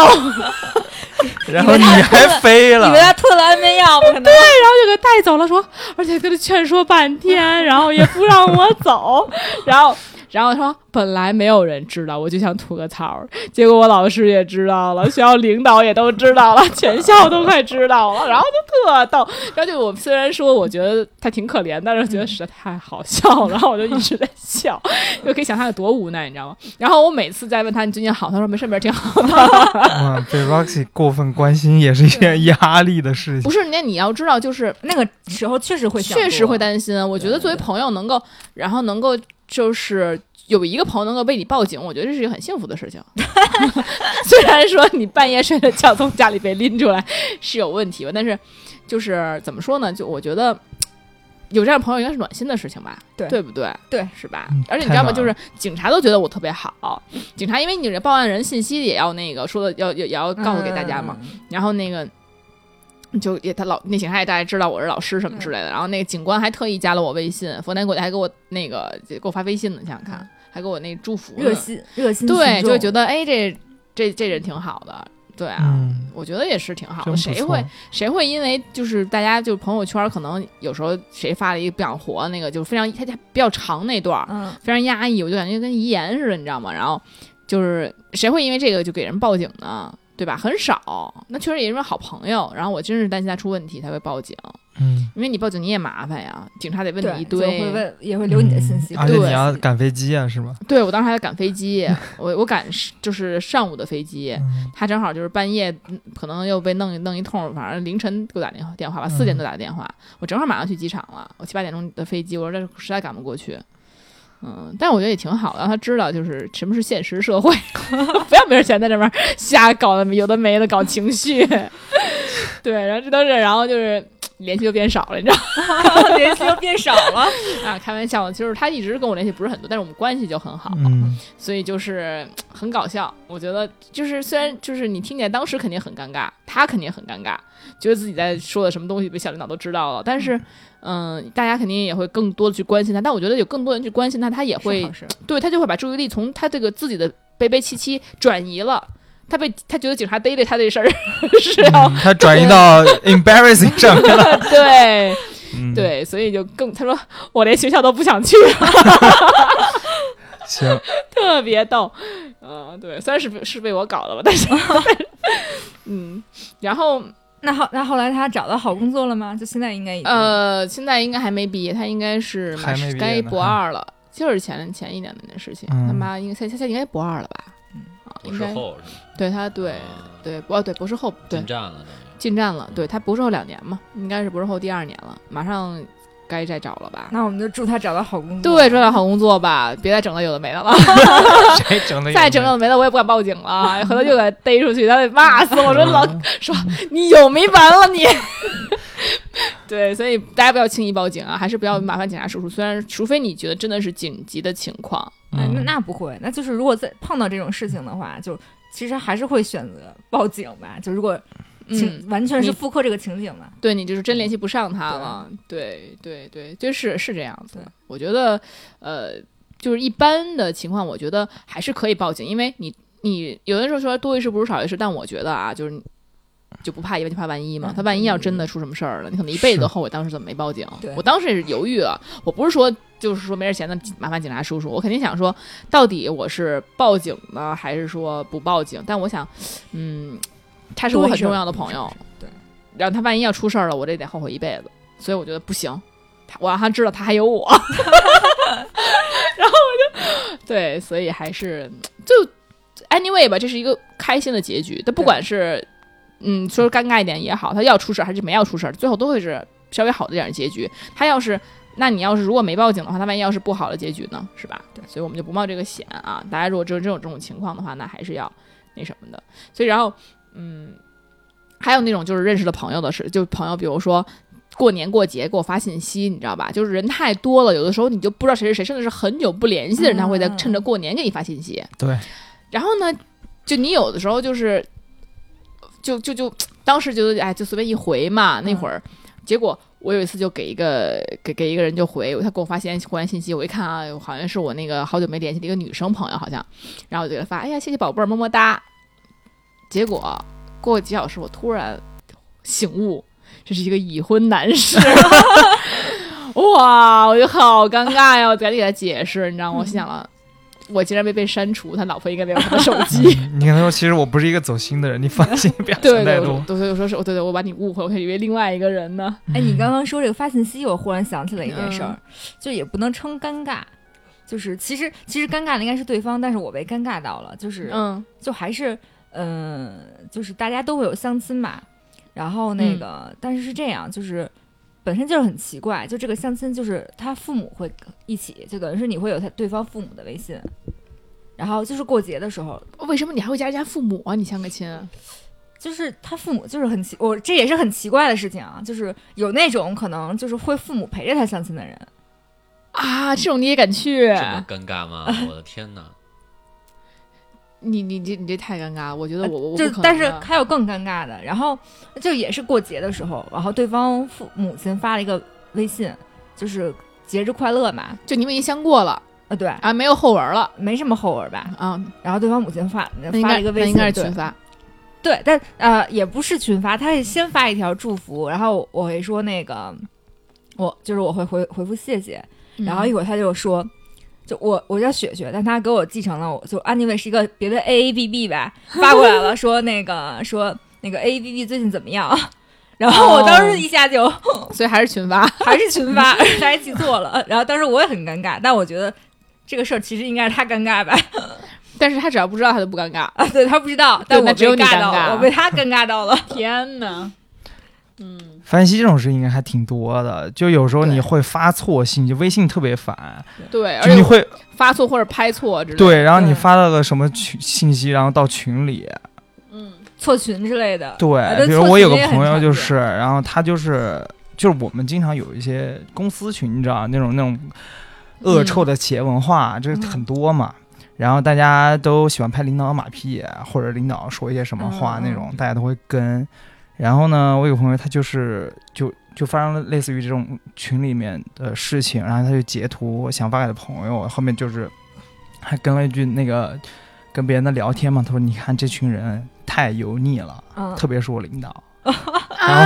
Speaker 1: 然后
Speaker 4: 然后你 还飞
Speaker 5: 以
Speaker 4: 了
Speaker 5: 为，他吞了安眠药吗？可能
Speaker 1: 就给带走了。说，而且跟他劝说半天， 然后也不让我 走，然后。然后说本来没有人知道，我就想吐个槽儿，结果我老师也知道了，学校领导也都知道了，全校都快知道 了，然后就特逗。然后就我虽然说我觉得他挺可怜，但是我觉得实在太好笑了，然后我就一直在笑， 就可以想他有多无奈，你知道吗？然后我每次再问他你最近好，他说没事没事，挺 好。
Speaker 4: 哇，被 Roxy 过分关心也是一件压力的事
Speaker 1: 不
Speaker 4: 情。
Speaker 1: 是，那你要知道，就是
Speaker 5: 那个时候确实会想多，
Speaker 1: 确实会担心。啊我觉得作为朋友能够，然后能够就是有一个朋友能够为你报警，我觉得这是一个很幸福的 事情。 虽然说你半夜睡着觉从家里被拎出来是有问题吧，但是就是怎么说呢？就我觉得。有这样的朋友应该是暖心的事情吧，
Speaker 5: 对
Speaker 1: 不对？
Speaker 5: 对，
Speaker 1: 是吧
Speaker 4: 嗯？
Speaker 1: 而且你知道吗？
Speaker 4: 太暖了
Speaker 1: 就是警察都觉得我特别好，警察因为你这报案人信息也要那个说的，要要也要告诉给大家嘛。
Speaker 5: 嗯。
Speaker 1: 然后那个就也他老那警察也大概知道我是老师
Speaker 5: 嗯
Speaker 1: 什么之类的，然后那个警官还特意加了我微信，冯丹国还给我那个给我发微信呢，你想想看，还给我那祝福呢
Speaker 5: 嗯热，心热心群
Speaker 1: 嗯
Speaker 5: 众，
Speaker 1: 对，就会觉得哎这这这人挺好的，对啊。
Speaker 4: 嗯，
Speaker 1: 我觉得也是挺好
Speaker 4: 真
Speaker 1: 的，
Speaker 4: 不
Speaker 1: 谁
Speaker 4: 错
Speaker 1: 会谁会因为就是大家就朋友圈可能有时候谁发了一个不想活那个，就是非常他他比较长那段儿，
Speaker 5: 嗯，
Speaker 1: 非常压抑，我就感觉跟遗言似的，你知道吗？然后就是谁会因为这个就给人报警呢？对吧？很少，那确实也是因为好朋友。然后我真是担心他出问题才会报警，
Speaker 4: 嗯，
Speaker 1: 因为你报警你也麻烦呀，警察得问
Speaker 5: 对，
Speaker 1: 你一
Speaker 5: 就
Speaker 1: 堆。
Speaker 5: 会问也会留你的信息，
Speaker 4: 嗯而且
Speaker 1: 对
Speaker 4: 你要赶飞机啊，是吧？
Speaker 1: 对我当时还在赶飞机，我我赶是就是上午的飞机，
Speaker 4: 嗯
Speaker 1: 他正好就是半夜嗯可能又被弄一弄一通，反正凌晨给我打电话电话吧，
Speaker 4: 嗯
Speaker 1: 四点多打电话，我正好马上去机场了，我七八点钟的飞机，我说这实在赶不过去。嗯，但我觉得也挺好的，让他知道就是什么是现实社会， 不要没事闲在这边瞎搞的，有的没的搞情绪。 对，然后这都是，然后就是联系就变少了，你知道
Speaker 5: 哦联系就变少了。
Speaker 1: 吗？啊，开玩笑，就是他一直跟我联系不是很多，但是我们关系就很好。
Speaker 4: 嗯，
Speaker 1: 所以就是嘖很搞笑。我觉得就是虽然就是你听起来当时肯定很尴尬，他肯定很尴尬，觉得自己在说的什么东西被小领导都知道了。但是，嗯、大家肯定也会更多的去关心他。但我觉得有更多人去关心他，他也 会
Speaker 5: 是好事
Speaker 1: 对他就会把注意力从他这个自己的悲悲戚戚转移了。他被他觉得警察逮着他这事儿 是啊要、
Speaker 4: 嗯他转移到 embarrassing 上 面了。
Speaker 1: 对
Speaker 4: 嗯，
Speaker 1: 对，所以就更他说我连学校都不想去
Speaker 4: 行，
Speaker 1: 特别逗，嗯、对，虽然是被是被我搞的吧，但 是，嗯，然后
Speaker 5: 那后那后来他找到好工作了吗？就现在应该已经
Speaker 1: 呃，现在应该还没毕业，他应该是马
Speaker 4: 嗯还没
Speaker 1: 上
Speaker 4: 毕业
Speaker 1: 该
Speaker 4: 呢
Speaker 1: 博二了，就是前前一年的那事情，
Speaker 4: 嗯
Speaker 1: 他妈应该现现在应该博二了吧？啊，
Speaker 2: 博
Speaker 1: 应
Speaker 2: 士
Speaker 1: 该
Speaker 2: 后嗯是吧？
Speaker 1: 对他对
Speaker 2: 啊
Speaker 1: 对博对博士后对
Speaker 2: 进站了等于。
Speaker 1: 进站了，对他博士后两年嘛，应该是博士后第二年了，马上该再找了吧？
Speaker 5: 那我们就祝他找到好工作。
Speaker 1: 对，，找点好工作吧，别再整那有的没的了。
Speaker 4: 谁整的？
Speaker 1: 再整整没了，我也不敢报警了，回头就给逮出去，他得骂死我。说
Speaker 4: 嗯
Speaker 1: 老说你有没完了你。 对，所以大家不要轻易报警啊，还是不要麻烦警察叔叔。虽然除非你觉得真的是紧急的情况，
Speaker 5: 哎
Speaker 4: 嗯，
Speaker 5: 那那不会，那就是如果再碰到这种事情的话，就其实还是会选择报警吧。就如果情、
Speaker 1: 嗯，
Speaker 5: 完全是
Speaker 1: 你
Speaker 5: 复刻这个情景嘛，
Speaker 1: 对你就是真
Speaker 5: 嗯
Speaker 1: 联系不上他了。对对对，就是是这样子
Speaker 5: 对。
Speaker 1: 我觉得，呃，就是一般的情况，我觉得还是可以报警，因为你你有的时候说多一事不如少一事，但我觉得啊，就是你就不怕一万就怕万
Speaker 5: 嗯
Speaker 1: 一嘛。他万一要真的出什么事儿了，你可能一辈子都后悔当时怎么没报警
Speaker 5: 对。
Speaker 1: 我当时也是犹豫了，我不是说就是说没事闲的麻烦警察叔叔，我肯定想说到底我是报警呢，还是说不报警？但我想，嗯，他是我
Speaker 5: 多一
Speaker 1: 很
Speaker 5: 事不
Speaker 1: 重
Speaker 5: 如
Speaker 1: 要的朋友
Speaker 5: 少一事，对，
Speaker 1: 让他万一要出事儿了，我这得后悔一辈子。所以我觉得不行，他我让他知道他还有我。 然后我就对，所以还是嗯就 anyway 吧，这是一个开心的结局。但不管是嗯说尴尬一点也好，他要出事儿还是没要出事儿，最后都会是嗯稍微好一点的结局。他要是那你要是如果没报警的话，他万一要是不好的结局呢，是吧？
Speaker 5: 对
Speaker 1: 所以我们就不冒这个险啊。大家如果真真有这种情况的话，那还是要那什么的。所以然后嗯，还有那种就是认识的朋友的事，就朋友比如说。过年过节给我发信息，你知道吧？就是人太多了，有的时候你就不知道谁是谁，甚至是很久不联系的人，他会在
Speaker 5: 嗯
Speaker 1: 趁着过年给你发信息。
Speaker 4: 对，
Speaker 1: 然后呢，就你有的时候就是，就就就当时觉得哎，就随便一回嘛。那会儿，结果我有一次就给一个给给一个人就回，他给我发信回完信息，我一看啊，好像是我那个好久没联系的一个女生朋友，好像，然后我就给他发，哎呀，谢谢宝贝儿，么么哒。结果过几小时，我突然醒悟，这是一个已婚男 士。哇，我就好尴尬呀！我赶紧给他解释，你知道吗？我心想了，我竟然没被删除，他老婆应该没有他的手机。
Speaker 4: 你跟他说，其实我不是一个走心的人，你放心， 不要
Speaker 1: 对
Speaker 4: 想太
Speaker 1: 对，我
Speaker 4: 多。
Speaker 1: 对对，我说是，对对，我把你误会，我还以为另外一个人呢。
Speaker 5: 哎，你刚刚说这个发信息，我忽然想起了一件事儿，
Speaker 1: 嗯
Speaker 5: 就也不能称尴尬，就是其实其实尴尬的应该是对方，但是我被尴尬到了，就是、
Speaker 1: 嗯
Speaker 5: 就还是嗯、呃就是大家都会有相亲嘛，然后
Speaker 1: 嗯
Speaker 5: 那个、但是是这样，就是本身就是很奇怪，就这个相亲就是他父母会一起，就等于是你会有他对方父母的微信，然后就是过节的时候，
Speaker 1: 哦为什么你还会加人家父母啊？你相个亲？
Speaker 5: 就是他父母就是很奇，我这也是很奇怪的事情啊，就是有那种可能就是会父母陪着他相亲的人，
Speaker 1: 啊，这种你也敢去
Speaker 2: 这？么尴尬 吗？我的天哪！
Speaker 1: 你你这你这太尴尬了，我觉得我我我
Speaker 5: 就
Speaker 1: 不可能啊
Speaker 5: 但是
Speaker 1: 的
Speaker 5: 还有更尴尬的，然后就也是过节的时候，然后对方父母亲发了一个微信，就是节日快乐嘛，
Speaker 1: 就你们已经相过了
Speaker 5: 啊对，
Speaker 1: 啊，没有后文了
Speaker 5: 没什么后文吧，
Speaker 1: 啊，
Speaker 5: 然后对方母亲发
Speaker 1: 那应
Speaker 5: 发了
Speaker 1: 该
Speaker 5: 一个微
Speaker 1: 那
Speaker 5: 信，
Speaker 1: 应该是群发。
Speaker 5: 对，对，但呃也不是群发，他是先发一条祝福，然后我会说那个我就是我会回回复谢谢，
Speaker 1: 嗯
Speaker 5: 然后一会儿他就说，就我我叫雪雪，但他给我继承了我就安妮卫是一个别的 A A B B 吧发过来了，说那个说那个 A A B B 最近怎么样？ 然后
Speaker 1: 哦
Speaker 5: 我当时一下就、
Speaker 1: 嗯所以还是群发。
Speaker 5: 还是群发， 大家记错了。 然后当时我也很尴尬，但我觉得这个事儿其实应该是他尴尬吧？
Speaker 1: 但是他只要不知道，他就不尴尬。
Speaker 5: 啊， 对他不知道，但
Speaker 1: 对那
Speaker 5: 我
Speaker 1: 只有
Speaker 5: 被
Speaker 1: 你
Speaker 5: 尬
Speaker 1: 尴
Speaker 5: 到
Speaker 1: 尬
Speaker 5: 了，我被他尴尬到了。
Speaker 1: 天哪！嗯，
Speaker 4: 凡西这种事应该还挺多的，就有时候
Speaker 1: 对
Speaker 4: 你会发错信，就微信特别烦，
Speaker 1: 对，而
Speaker 4: 就你
Speaker 1: 且
Speaker 4: 会
Speaker 1: 发错或者拍错之类的。，
Speaker 4: 对，然后你
Speaker 5: 对
Speaker 4: 发到个什么群信息，然后到群里，
Speaker 1: 嗯，
Speaker 5: 错群之类的，啊
Speaker 4: 对，
Speaker 5: 对
Speaker 4: 比如
Speaker 5: 错
Speaker 4: 我
Speaker 5: 群
Speaker 4: 有个
Speaker 5: 也很
Speaker 4: 朋友
Speaker 5: 常
Speaker 4: 就
Speaker 5: 见
Speaker 4: 是，然后他就是就是我们经常有一些公司群，你知道那种那种
Speaker 5: 嗯
Speaker 4: 恶臭的企业文化，这很多嘛。然后大家都喜欢拍领导马屁，或者领导说一些什么话
Speaker 5: 嗯
Speaker 4: 那种，大家都会跟。然后呢，我有个朋友他就是就就发生了类似于这种群里面的事情，然后他就截图想发给朋友，后面就是还跟了一句那个跟别人的聊天嘛，他说你看这群人太油腻了，
Speaker 5: 嗯，
Speaker 4: 特别是我领 导，然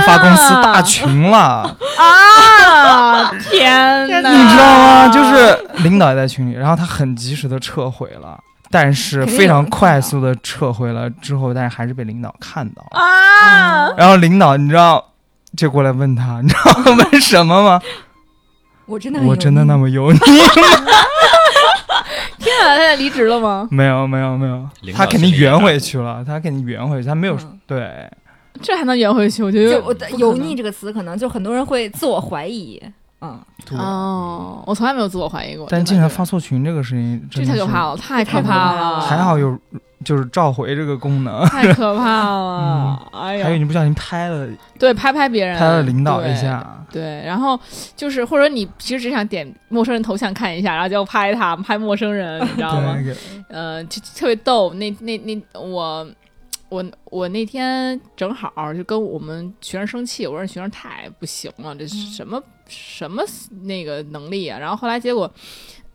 Speaker 4: 后发公司大群了，
Speaker 1: 啊！天哪，
Speaker 4: 你知道吗？就是领导也在群里，然后他很及时的撤回了，但是非常快速的撤回了之后，但是还是被领导看到了，
Speaker 1: 啊，
Speaker 4: 然后领导你知道就过来问他，你 知道为什么吗？
Speaker 5: 我真的很
Speaker 4: 我真的那
Speaker 5: 么
Speaker 4: 么油腻？
Speaker 1: 天哪，他离职了吗？
Speaker 4: 没有没有没有
Speaker 2: 领，导
Speaker 4: 他肯定
Speaker 2: 心里也
Speaker 4: 圆
Speaker 2: 大
Speaker 4: 回去了，他肯定圆回去，他没有
Speaker 5: 嗯
Speaker 4: 对。
Speaker 1: 这还能圆回去？我觉得
Speaker 5: 就
Speaker 1: 有
Speaker 5: 我
Speaker 1: 不可能
Speaker 5: 油腻这个词，可能就很多人会自我怀疑，嗯，
Speaker 4: 对
Speaker 1: 哦，我从来没有自我怀疑过。
Speaker 4: 但
Speaker 1: 经
Speaker 4: 竟
Speaker 1: 常
Speaker 4: 然发错群这个事情，
Speaker 1: 这
Speaker 4: 真的
Speaker 1: 太可
Speaker 4: 是
Speaker 1: 怕了，太可
Speaker 5: 太可
Speaker 1: 怕
Speaker 5: 怕
Speaker 1: 了，
Speaker 5: 了
Speaker 4: 还好有就是召回这个功能。
Speaker 1: 太可怕了。哎
Speaker 4: 嗯还有
Speaker 1: 呀，
Speaker 4: 你不小心拍了
Speaker 1: 对，拍拍别人，
Speaker 4: 拍了领导一下，
Speaker 1: 对。对，然后就是或者你其实只想点陌生人头像看一下，然后就拍他拍陌生人，你知道吗？
Speaker 4: 对，给
Speaker 1: 呃，就特别逗。那那那我我我那天正好就跟我们学生生气，我说学生太不行了，这是什么、什么那个能力啊？然后后来结果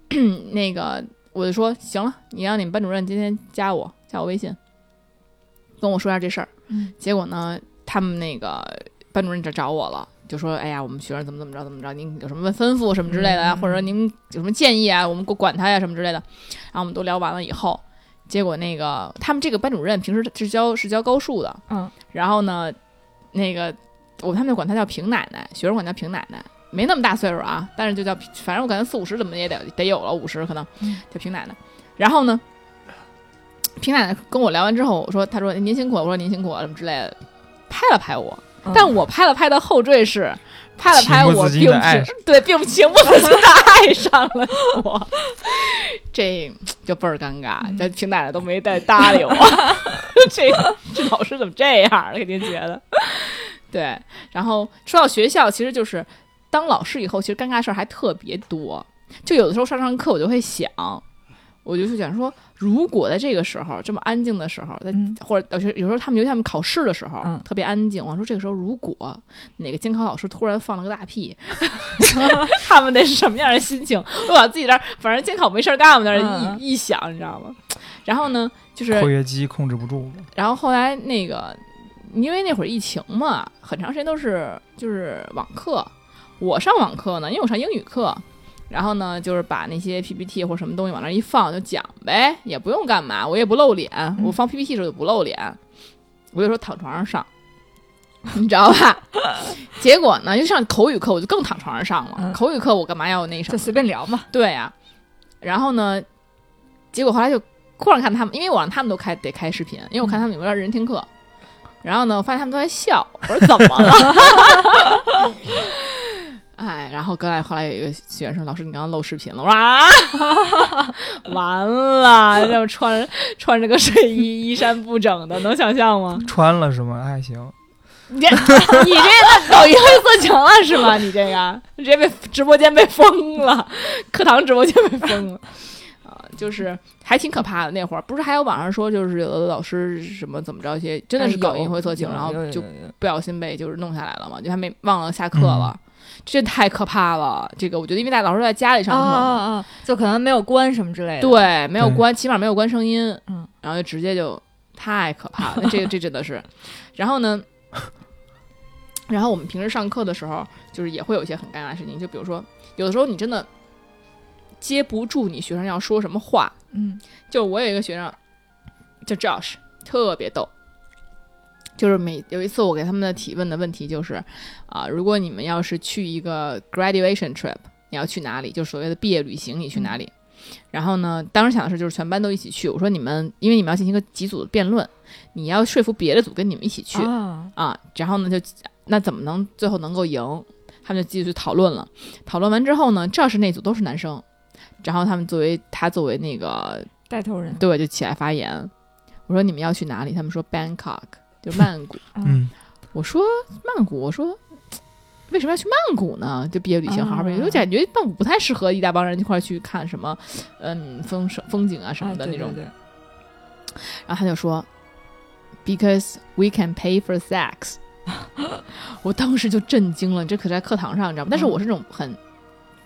Speaker 1: 那个我就说行了，你让你们班主任今天加我加我微信，跟我说一下这事儿。
Speaker 5: 嗯
Speaker 1: 结果呢，他们那个班主任就找我了。就说哎呀，我们学生怎么怎么着怎么着，您有什么吩咐什么之类的啊，
Speaker 5: 嗯
Speaker 1: 或者说您有什么建议啊，我们管管他呀什么之类的。然后我们都聊完了以后，结果那个他们这个班主任平时是教是教高数的，
Speaker 5: 嗯，
Speaker 1: 然后呢，那个我他们就管她叫平奶奶，学生管她叫平奶奶，没那么大岁数啊，但是就叫平，反正我感觉四五十怎么也得得有了，五十可能
Speaker 5: 嗯
Speaker 1: 叫平奶奶。然后呢，平奶奶跟我聊完之后，我说，她说您辛苦了，我说您辛苦了什么之类的，拍了拍我，
Speaker 5: 嗯
Speaker 1: 但我拍了拍的后缀是，拍了拍
Speaker 4: 情不
Speaker 1: 我
Speaker 4: 自禁
Speaker 1: 并
Speaker 4: 地
Speaker 1: 不
Speaker 4: 爱
Speaker 1: 是对，并不情不自禁的爱上了我，这就倍儿尴尬，这平奶奶都没带搭理我， 这这老师怎么这样儿？肯定觉得，对。然后说到学校，其实就是当老师以后，其实尴尬事儿还特别多。就有的时候上上课，我就会想，我就是想说，如果在这个时候这么安静的时候，在
Speaker 5: 嗯
Speaker 1: 或者有时有时候他们尤其他们考试的时候、
Speaker 5: 嗯
Speaker 1: 特别安静，我说这个时候如果哪个监考老师突然放了个大 屁，他们得是什么样的心情？我把自己这儿反正监考没事儿干嘛，那儿一、
Speaker 5: 嗯
Speaker 1: 一想，你知道吗？然后呢，就是
Speaker 4: 括约肌控制不住了，
Speaker 1: 然后后来那个，因为那会儿疫情嘛，很长时间都是就是网课。我上网课呢，因为我上英语课，然后呢就是把那些 PPT 或什么东西往那儿一放就讲呗，也不用干嘛，我也不露脸，我放 PPT 的时候就不露脸，我就说躺床上上， 你知道吧？ 结果呢，又上口语课，我就更躺床上上了。
Speaker 5: 嗯
Speaker 1: 口语课我干嘛要那什么？
Speaker 5: 就随便聊嘛。
Speaker 1: 对呀、然后呢，结果后来就忽然看他们，因为我让他们都开得开视频，因为我看他们有没有让人听课。然后呢，我发现他们都在笑，我说怎么了？ 哎，然后刚才后来有一个学生，老师你刚刚漏视频了，我说啊， 完了，这么穿穿着个睡衣，衣衫不整的，能想象吗？
Speaker 4: 穿了是吗？还行，
Speaker 1: 你这 你这个抖音色情了是吗？你这个直接被直播间被封了，课堂直播间被封了。啊，就是还挺可怕的。那会儿不是还有网上说，就是有的老师什么怎么着一些，真的是搞淫秽色情，
Speaker 5: 哎有
Speaker 1: 然后
Speaker 5: 有有
Speaker 1: 就
Speaker 5: 有有
Speaker 1: 不小心被就是弄下来了嘛，就还没忘了下课
Speaker 5: 嗯
Speaker 1: 了，这太可怕了。这个我觉得，因为大老师都在家里上
Speaker 5: 啊
Speaker 1: 课嘛，
Speaker 5: 啊啊！就可能没有关什么之类的。，
Speaker 1: 对，没有
Speaker 4: 对
Speaker 1: 关，起码没有关声音，
Speaker 5: 嗯，
Speaker 1: 然后就直接就太可怕了，这个这真的是，然后呢，然后我们平时上课的时候，就是也会有一些很尴尬的事情，就比如说，有的时候你真的接不住你学生要说什么话，
Speaker 5: 嗯，
Speaker 1: 就我有一个学生叫 Josh，特别逗。就是每有一次我给他们的提问的问题就是，啊、如果你们要是去一个 graduation trip，你要去哪里？就是所谓的毕业旅行，你去哪里？然后呢，当时想的是就是全班都一起去。我说你们，因为你们要进行一个几组的辩论，你要说服别的组跟你们一起去。
Speaker 5: 啊，
Speaker 1: 啊，然后呢就那怎么能最后能够赢？他们就继续讨论了。讨论完之后呢，正是那组都是男生，然后他们作为他作为那个
Speaker 5: 带头人。
Speaker 1: 对就起来发言。我说你们要去哪里？他们说 Bangkok，就曼谷。
Speaker 5: 啊
Speaker 4: 嗯，
Speaker 1: 我说曼谷，我说为什么要去曼谷呢？就毕业旅行，好好毕业，
Speaker 5: 啊
Speaker 1: 就感觉曼谷不太适合一大帮人一块儿去看什么，嗯，风景风景啊什
Speaker 5: 啊，
Speaker 1: 么的
Speaker 5: 对
Speaker 1: 那种。
Speaker 5: 对对
Speaker 1: 然后他就说，Because we can pay for sex 。我当时就震惊了，你这可在课堂上，你知道吗？但是
Speaker 5: 嗯
Speaker 1: 我是那种很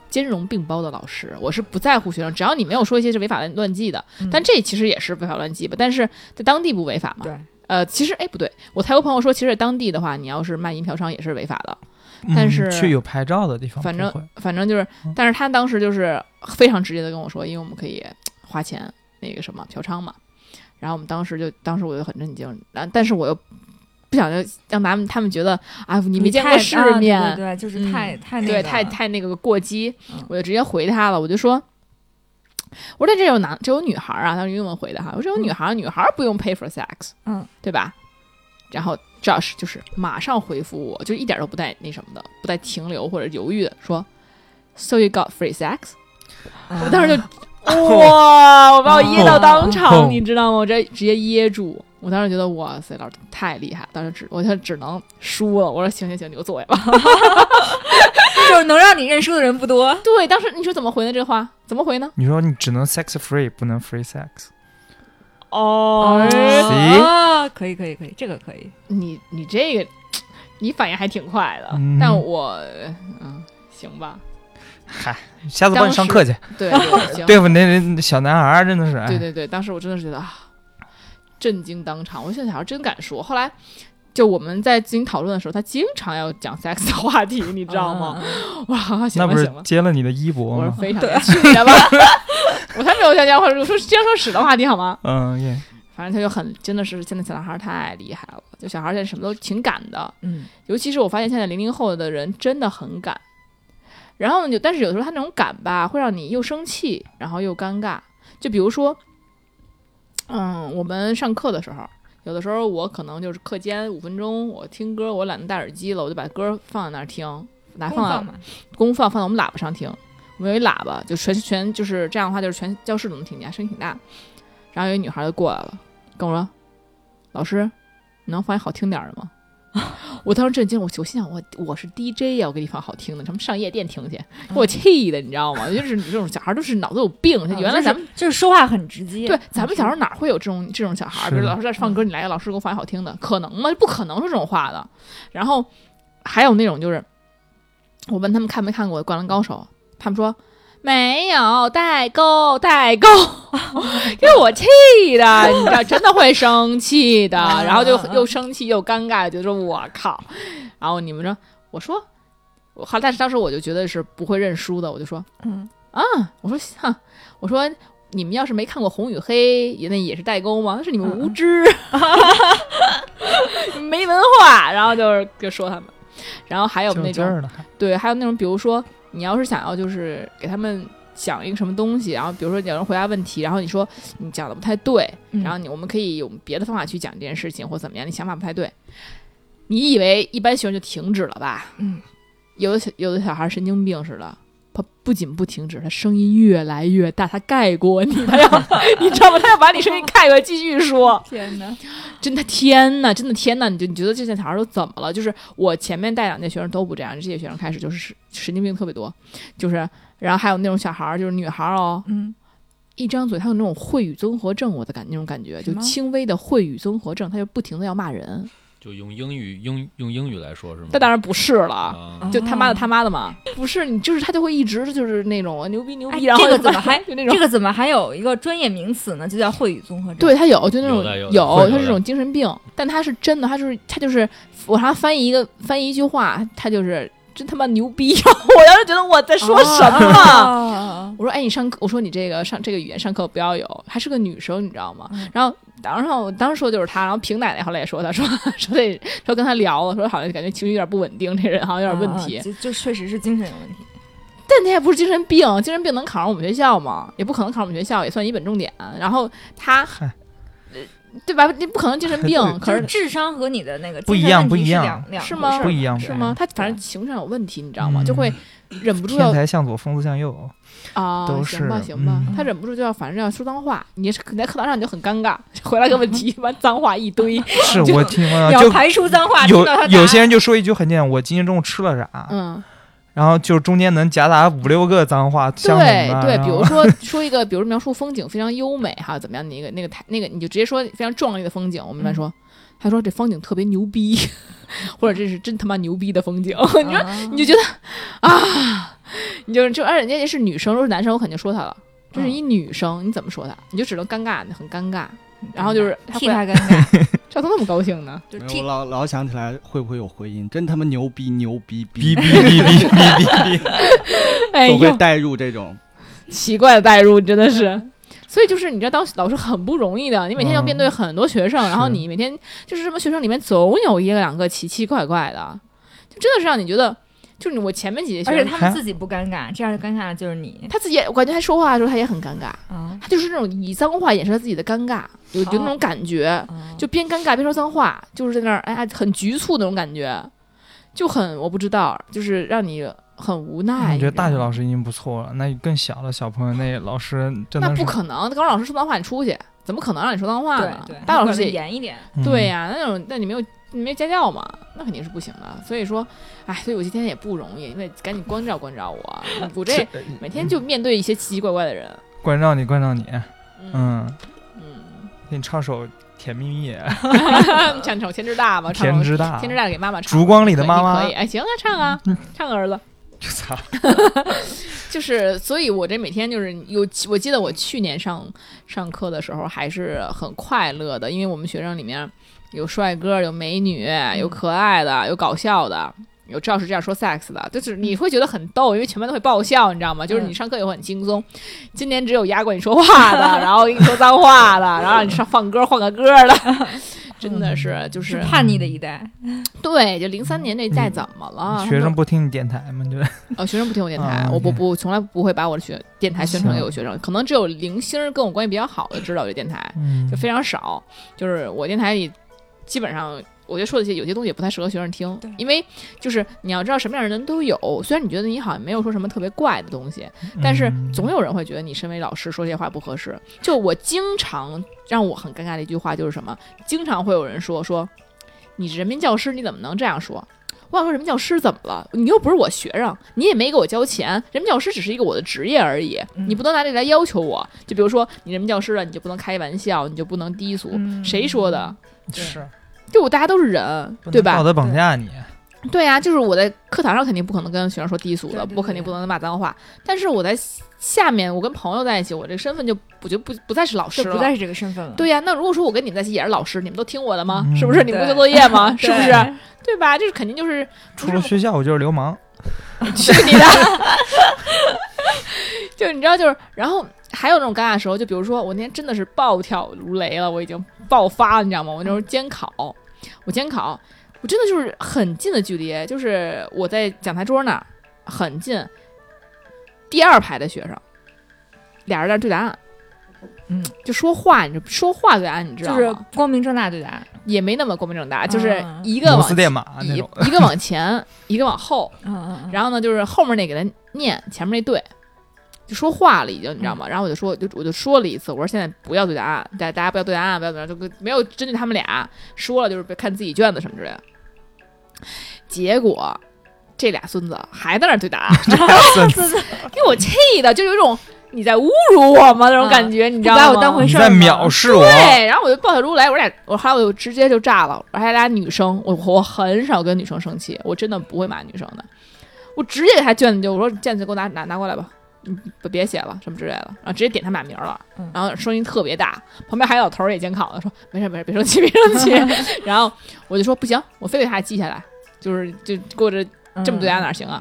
Speaker 1: 兼容并包的老师，我是不在乎学生，只要你没有说一些是违法乱纪的，
Speaker 5: 嗯
Speaker 1: 但这其实也是违法乱纪吧，但是在当地不违法嘛。
Speaker 5: 对
Speaker 1: 呃，其实哎不对，我才有朋友说，其实在当地的话，你要是卖淫嫖娼也是违法的。
Speaker 4: 嗯
Speaker 1: 但是
Speaker 4: 去有牌照的地方不会，
Speaker 1: 反正反正就是，但是他当时就是非常直接的跟我说，因为我们可以花钱那个什么嫖娼嘛。然后我们当时就，当时我就很震惊，然后但是我又不想就让他们他们觉得啊，你没见过
Speaker 5: 太
Speaker 1: 世
Speaker 5: 啊
Speaker 1: 面，嗯
Speaker 5: 对对，对就是太太那
Speaker 1: 对
Speaker 5: 个
Speaker 1: 太太那个过激，
Speaker 5: 嗯
Speaker 1: 我就直接回他了，我就说。我说这有男，这有女孩啊，他是英文回的哈。我说有女孩儿，女孩儿不用 pay for sex，
Speaker 5: 嗯，
Speaker 1: 对吧？然后 Josh 就是马上回复我，就一点都不带那什么的，不带停留或者犹豫的说，So you got free sex？
Speaker 5: 啊
Speaker 1: 我当时就哇，我把我噎到当
Speaker 4: 哦
Speaker 1: 场，你知道吗？我这直接噎住。我当时觉得哇塞，老师太厉害，当时只我就只能输了。我说行行行，留作业吧。
Speaker 5: 就是能让你认输的人不多。
Speaker 1: 对，当时你说怎么回呢？这话怎么回呢？
Speaker 4: 你说你只能 sex free，不能 free sex，
Speaker 1: 哦
Speaker 4: 行
Speaker 5: 啊，可以可以可以，这个可以。
Speaker 1: 你你这个，你反应还挺快的。
Speaker 4: 嗯
Speaker 1: 但我嗯，行吧，
Speaker 4: 嗨，下次帮你上课去，
Speaker 1: 对 对行，
Speaker 4: 对付那那小男孩儿真的是，哎
Speaker 1: 对对对，当时我真的是觉得啊，震惊当场。我现在小孩真敢说。后来就我们在进行讨论的时候，他经常要讲 sex 的话题，你知道吗？
Speaker 5: 嗯？嗯嗯
Speaker 1: 哇，行
Speaker 4: 那不
Speaker 1: 了
Speaker 4: 是
Speaker 1: 行了，
Speaker 4: 揭了你的衣钵
Speaker 1: 我是
Speaker 4: 吗？
Speaker 1: 非常想去的吧。我才没有想讲，或者说经常说屎的话题好吗？
Speaker 4: 嗯耶，
Speaker 1: 反正他就很真的是现在小孩儿太厉害了，就小孩儿现在什么都挺敢的，
Speaker 5: 嗯，
Speaker 1: 尤其是我发现现在零零后的人真的很敢，然后你就但是有的时候他那种敢吧，会让你又生气，然后又尴尬。就比如说，嗯，我们上课的时候，有的时候我可能就是课间五分钟，我听歌，我懒得戴耳机了，我就把歌放在那儿听，拿
Speaker 5: 功
Speaker 1: 放在
Speaker 5: 放嘛，
Speaker 1: 公放放在我们喇叭上听，我们有一喇叭，就全全就是这样的话，就是全教室都能听见，声音挺大。然后有一女孩就过来了，跟我说：“老师，你能放一好听点儿的吗？” 我当时震惊，我我心想啊我我是 DJ 呀、我给你放好听的，什么上夜店听去，给我气的，你知道吗？就是你这种小孩都是脑子有病，
Speaker 5: 嗯
Speaker 1: 原来咱们
Speaker 5: 就是就是说话很直接，
Speaker 1: 对，咱们小时候哪会有这种这种小孩儿？
Speaker 4: 是
Speaker 1: 比如老师在放歌，你来个老师给我放一好听的，可能吗？不可能是这种话的。然后还有那种就是，我问他们看没看过《灌篮高手》，他们说没有，代沟，代沟，给我气的，你知道，真的会生气的，然后就又生气又尴尬，觉得说我靠，然后你们说，我说，我好，但是当时我就觉得是不会认输的，我就说，
Speaker 5: 嗯
Speaker 1: 啊，我说，哼，我说。你们要是没看过《红与黑》，也那也是代沟吗？那是你们无知， 没文化。然后就是就说他们，然后还有
Speaker 4: 就
Speaker 1: 那
Speaker 4: 这
Speaker 1: 种
Speaker 4: 儿了，
Speaker 1: 对，还有那种，比如说你要是想要就是给他们讲一个什么东西，然后比如说有人回答问题，然后你说你讲的不太对，
Speaker 5: 嗯
Speaker 1: 然后你我们可以用别的方法去讲这件事情或怎么样，你想法不太对，你以为一般学生就停止了吧？
Speaker 5: 嗯，
Speaker 1: 有的小有的小孩神经病似的。他不仅不停止，他声音越来越大，他盖过你，他要 你知道吗？他要把你声音盖过，继续说。
Speaker 5: 天哪，
Speaker 1: 真的天呐，真的天呐！你就你觉得这些小孩都怎么了？就是我前面带两届学生都不这样，这届学生开始就是神神经病特别多，就是然后还有那种小孩儿，就是女孩儿哦，
Speaker 5: 嗯，
Speaker 1: 一张嘴她有那种秽语综合症，我的感那种感觉，
Speaker 5: 什
Speaker 1: 就
Speaker 5: 么嗯
Speaker 1: 轻微的秽语综合症，她就不停的要骂人。
Speaker 2: 就用英语英用英语来说是吗？
Speaker 1: 但当然不是了，
Speaker 2: 啊，
Speaker 1: 就他妈的
Speaker 5: 哦
Speaker 1: 他妈的嘛，不是你就是她就会一直就是那种牛逼牛
Speaker 5: 哎
Speaker 1: 逼，然后
Speaker 5: 这个
Speaker 1: 就
Speaker 5: 怎么还
Speaker 1: 就那种
Speaker 5: 这个怎么还有一个专业名词呢？就叫秽语综合症。
Speaker 1: 对，他有，就那种
Speaker 2: 有的有的
Speaker 1: 有
Speaker 2: 会
Speaker 1: 他
Speaker 2: 有
Speaker 1: 这
Speaker 2: 的
Speaker 1: 种精神病，但他是真的，他就是他就是我查翻译一个翻译一句话，他就是真他妈牛逼！ 我当时觉得我在说什么？
Speaker 2: 啊
Speaker 5: 么？
Speaker 1: 我说哎，你上课，我说你这个上这个语言上课不要有，还是个女生，你知道吗？
Speaker 2: 嗯
Speaker 1: 然后当时我当时说就是他，然后平奶奶后来也说他 说说这说跟他聊了，说好像感觉情绪有点不稳定，这人好像有点问题。
Speaker 5: 啊就就确实是精神有问题。
Speaker 1: 但他也不是精神病，精神病能考上我们学校吗？也不可能考上我们学校，也算一本重点。然后他。呃
Speaker 4: 嗨
Speaker 1: 对吧？你不可能精神病
Speaker 4: 对，
Speaker 1: 可是
Speaker 5: 就是智商和你的那个
Speaker 4: 不一
Speaker 5: 精神
Speaker 4: 样
Speaker 5: 问
Speaker 4: 不
Speaker 5: 题
Speaker 4: 一
Speaker 5: 是
Speaker 4: 样
Speaker 5: 两两
Speaker 1: 是
Speaker 5: 回
Speaker 1: 吗
Speaker 5: 事
Speaker 4: 不一样，
Speaker 1: 是
Speaker 4: 对嗯
Speaker 1: 吗？？他反正情商有问题，你知道吗？就会忍不住要
Speaker 4: 天才向左，疯子向右，
Speaker 1: 啊，
Speaker 4: 都
Speaker 1: 行吧，
Speaker 4: 是
Speaker 1: 行吧，
Speaker 4: 嗯
Speaker 1: 他忍不住就要，反正要说脏话。你是你在课堂上你就很尴尬， 回来个问题，完脏话一 堆，
Speaker 4: 是
Speaker 1: 就
Speaker 4: 我听了
Speaker 5: 你
Speaker 4: 就
Speaker 5: 要排除脏话，
Speaker 4: 有
Speaker 5: 听到他答
Speaker 4: 有些人就说一句很简单，我今天中午吃了啥？
Speaker 1: 嗯，
Speaker 4: 然后就中间能夹杂五六个脏话相同
Speaker 1: 对
Speaker 4: 的，
Speaker 1: 对，
Speaker 4: 啊然
Speaker 1: 比
Speaker 4: 后
Speaker 1: 如说说一个，比如描述风景非常优美哈，怎么样？那个那个台那个，你就直接说非常壮丽的风景，我们一般说，他说这风景特别牛逼， 或者这是真他妈牛逼的风景，你说
Speaker 5: 啊
Speaker 1: 你就觉得啊，你就是就而人家也是女生，如果是男生，我肯定说他了。这是一女生，你怎么说她？你就只能尴尬，很尴尬。然后就是他
Speaker 5: 嗯替
Speaker 1: 回来
Speaker 5: 他尴尬，
Speaker 1: 赵东那么高兴呢？
Speaker 5: 就
Speaker 6: 没有我
Speaker 5: 替
Speaker 6: 老老想起来会不会有回音，真他妈牛逼牛逼 逼，
Speaker 4: 哔哔哔哔哔哔哔，
Speaker 1: 哎
Speaker 6: 总会
Speaker 1: 呦，
Speaker 6: 带入这种。
Speaker 1: 奇怪的代入，真的是。所以就是你知道，当老师很不容易的，你每天要面对很多学生，
Speaker 4: 嗯
Speaker 1: 然后
Speaker 4: 是
Speaker 1: 你每天就是这么学生里面总有一两个奇奇怪怪的，就真的是让你觉得，就是你我前面几节
Speaker 5: 而
Speaker 1: 学
Speaker 5: 且
Speaker 1: 生，
Speaker 5: 他们自己不尴尬，这样尴尬的就是你
Speaker 1: 他自己也我感觉他说话的时候他也很尴尬，
Speaker 5: 啊。
Speaker 1: 他就是那种以脏话掩饰他自己的尴尬，有有那种感觉，
Speaker 5: 啊
Speaker 1: 就边尴尬边说脏话，就是在那儿哎呀很局促那种感觉，就很我不知道，就是让你很无奈。
Speaker 4: 我哎觉得大学
Speaker 1: 师
Speaker 4: 老师已经不错了，那更小的小朋友那老师真
Speaker 1: 那
Speaker 4: 的是
Speaker 1: 不可能，高中老师说脏话你出去，怎么可能让你说脏话
Speaker 5: 对
Speaker 1: 呢
Speaker 5: 对，？
Speaker 1: 大学老师
Speaker 5: 管得
Speaker 1: 也
Speaker 5: 严一点，
Speaker 4: 嗯
Speaker 1: 对呀、那种那你没有你没有家教嘛，那肯定是不行的。所以说，哎，所以我今天也不容易，因为赶紧关照关照我，嗯我这每天就面对一些奇奇怪怪的人。
Speaker 4: 关照你关照你，
Speaker 1: 嗯
Speaker 4: 嗯，
Speaker 1: 嗯，
Speaker 4: 给你唱首《甜蜜蜜》，
Speaker 1: 唱首《天之大》吧，唱首
Speaker 4: 天
Speaker 1: 《
Speaker 4: 之大，
Speaker 1: 天之大》给妈妈唱。
Speaker 4: 烛光里的
Speaker 1: 可以
Speaker 4: 妈妈嗯
Speaker 1: 可以，哎，行啊，唱啊，唱个儿子。
Speaker 4: 操，
Speaker 1: 就是，所以我这每天就是有，我记得我去年上上课的时候还是很快乐的，因为我们学生里面有帅哥，有美女，有可爱的，有搞笑的，有赵老师这样说 sex 的，就是你会觉得很逗，因为全班都会爆笑，你知道
Speaker 4: 嗯
Speaker 1: 吗？就是你上课也会很轻松。今年只有压过你说话 的，然后给你说脏话的，然后让你上放歌换个歌 的，真的是就是是
Speaker 5: 叛逆的一代，
Speaker 1: 对，就零三年这一代怎么了？
Speaker 4: 嗯
Speaker 1: 他
Speaker 4: 学
Speaker 1: 们
Speaker 4: 生不听你电台吗？就是
Speaker 1: 呃，学生不听我电台，
Speaker 4: 啊
Speaker 1: 我不
Speaker 4: OK
Speaker 1: 不从来不会把我的学电台宣传给我学生，可能只有零星儿跟我关系比较好的知道我这电台，
Speaker 4: 嗯
Speaker 1: 就非常少。就是我电台里基本上，我觉得说的一些有些东西也不太适合学生听
Speaker 5: 对，
Speaker 1: 因为就是你要知道什么样的人都有，虽然你觉得你好像没有说什么特别怪的东西，
Speaker 4: 嗯
Speaker 1: 但是总有人会觉得你身为老师说这些话不合适。就我经常让我很尴尬的一句话就是什么，经常会有人说说你人民教师你怎么能这样说？我想说人民教师怎么了？你又不是我学生，你也没给我交钱，人民教师只是一个我的职业而已，
Speaker 5: 嗯
Speaker 1: 你不能拿这来要求我。就比如说你人民教师了，你就不能开玩笑，你就不能低俗，
Speaker 5: 嗯
Speaker 1: 谁说的？
Speaker 4: 是
Speaker 1: 就我大家都是人
Speaker 4: 不，能
Speaker 1: 对吧？
Speaker 4: 嗯道德绑架你，
Speaker 1: 对啊，就是我在课堂上肯定不可能跟学生说低俗的，
Speaker 5: 对对
Speaker 1: 我肯定不能骂脏话。但是我在下面，我跟朋友在一起，我这个身份就我就不不再是老师
Speaker 5: 就
Speaker 1: 了。
Speaker 5: 不再是这个身份了。
Speaker 1: 对呀、那如果说我跟你们在一起也是老师，你们都听我的吗？
Speaker 4: 嗯
Speaker 1: 是不是？你们不
Speaker 5: 对
Speaker 1: 做作业吗？是
Speaker 5: 对，
Speaker 1: 不是？对吧？这是肯定就是
Speaker 4: 出了学校我就是流氓。
Speaker 1: 去你 的！就你知道，就是然后还有那种尴尬的时候，就比如说我那天真的是暴跳如雷了，我已经爆发了，你知道吗？我那时候监考，我监考，我真的就是很近的距离，就是我在讲台桌那儿很近，第二排的学生，俩人在那儿对答案。
Speaker 5: 嗯，
Speaker 1: 就说话，你知说话对答案，你知道
Speaker 5: 就
Speaker 1: 吗？
Speaker 5: 是光明正大对答。
Speaker 1: 也没那么光明正大，就是
Speaker 5: 啊
Speaker 1: 一个
Speaker 4: 摩
Speaker 1: 往
Speaker 4: 斯电码那
Speaker 1: 一
Speaker 4: 种，
Speaker 1: 一个往前，一个往后，
Speaker 5: 嗯嗯，
Speaker 1: 然后呢，就是后面那给他念，前面那对，就说话了已经，你知道吗？然后我就说，就我就说了一次，我说现在不要对答案，大大家不要对答案，不要对答案，就跟没有针对他们俩说了，就是别看自己卷子什么之类的。结果这俩孙子还在那儿对答案，给我气的，就有一种你在侮辱我吗那种感觉，你
Speaker 5: 你
Speaker 1: 知
Speaker 5: 不
Speaker 1: 道吗？
Speaker 5: 把我当回
Speaker 4: 你
Speaker 5: 事
Speaker 4: 在
Speaker 5: 儿吗
Speaker 4: 藐视我。
Speaker 1: 对，然后我就暴跳如雷，我俩我还有我直接就炸了，我还俩女生，我我很少跟女生生气，我真的不会骂女生的，我直接给她卷子就我说卷子给我拿拿拿过来吧，你不别写了什么之类的，然后直接点他俩名儿了
Speaker 5: 嗯，
Speaker 1: 然后声音特别大，旁边还有老头儿也监考的说没事没事别生气别生气，然后我就说不行，我非得给他记下来，就是就给我这 这么对答
Speaker 5: 嗯
Speaker 1: 案哪行啊？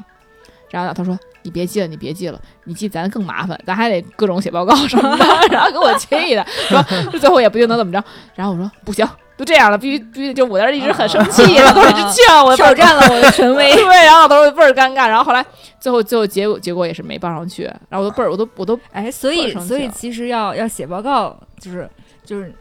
Speaker 1: 然后老头说：“你别记了，你别记了，你记咱更麻烦，咱还得各种写报告什么的。”然后给我气的，说最后也不定能怎么着。然后我说：“不行，就这样了，必须必须。”就我在这一直很生气，老头儿一直劝我，
Speaker 5: 挑战了我的权 威。
Speaker 1: 对，然后老头儿倍儿尴尬。然后后来最后最后结果结果也是没报上去，然后我都倍儿我都我都
Speaker 5: 哎，所
Speaker 1: 特
Speaker 5: 以
Speaker 1: 生气
Speaker 5: 所以
Speaker 1: 了
Speaker 5: 其实要要写报告，就是就是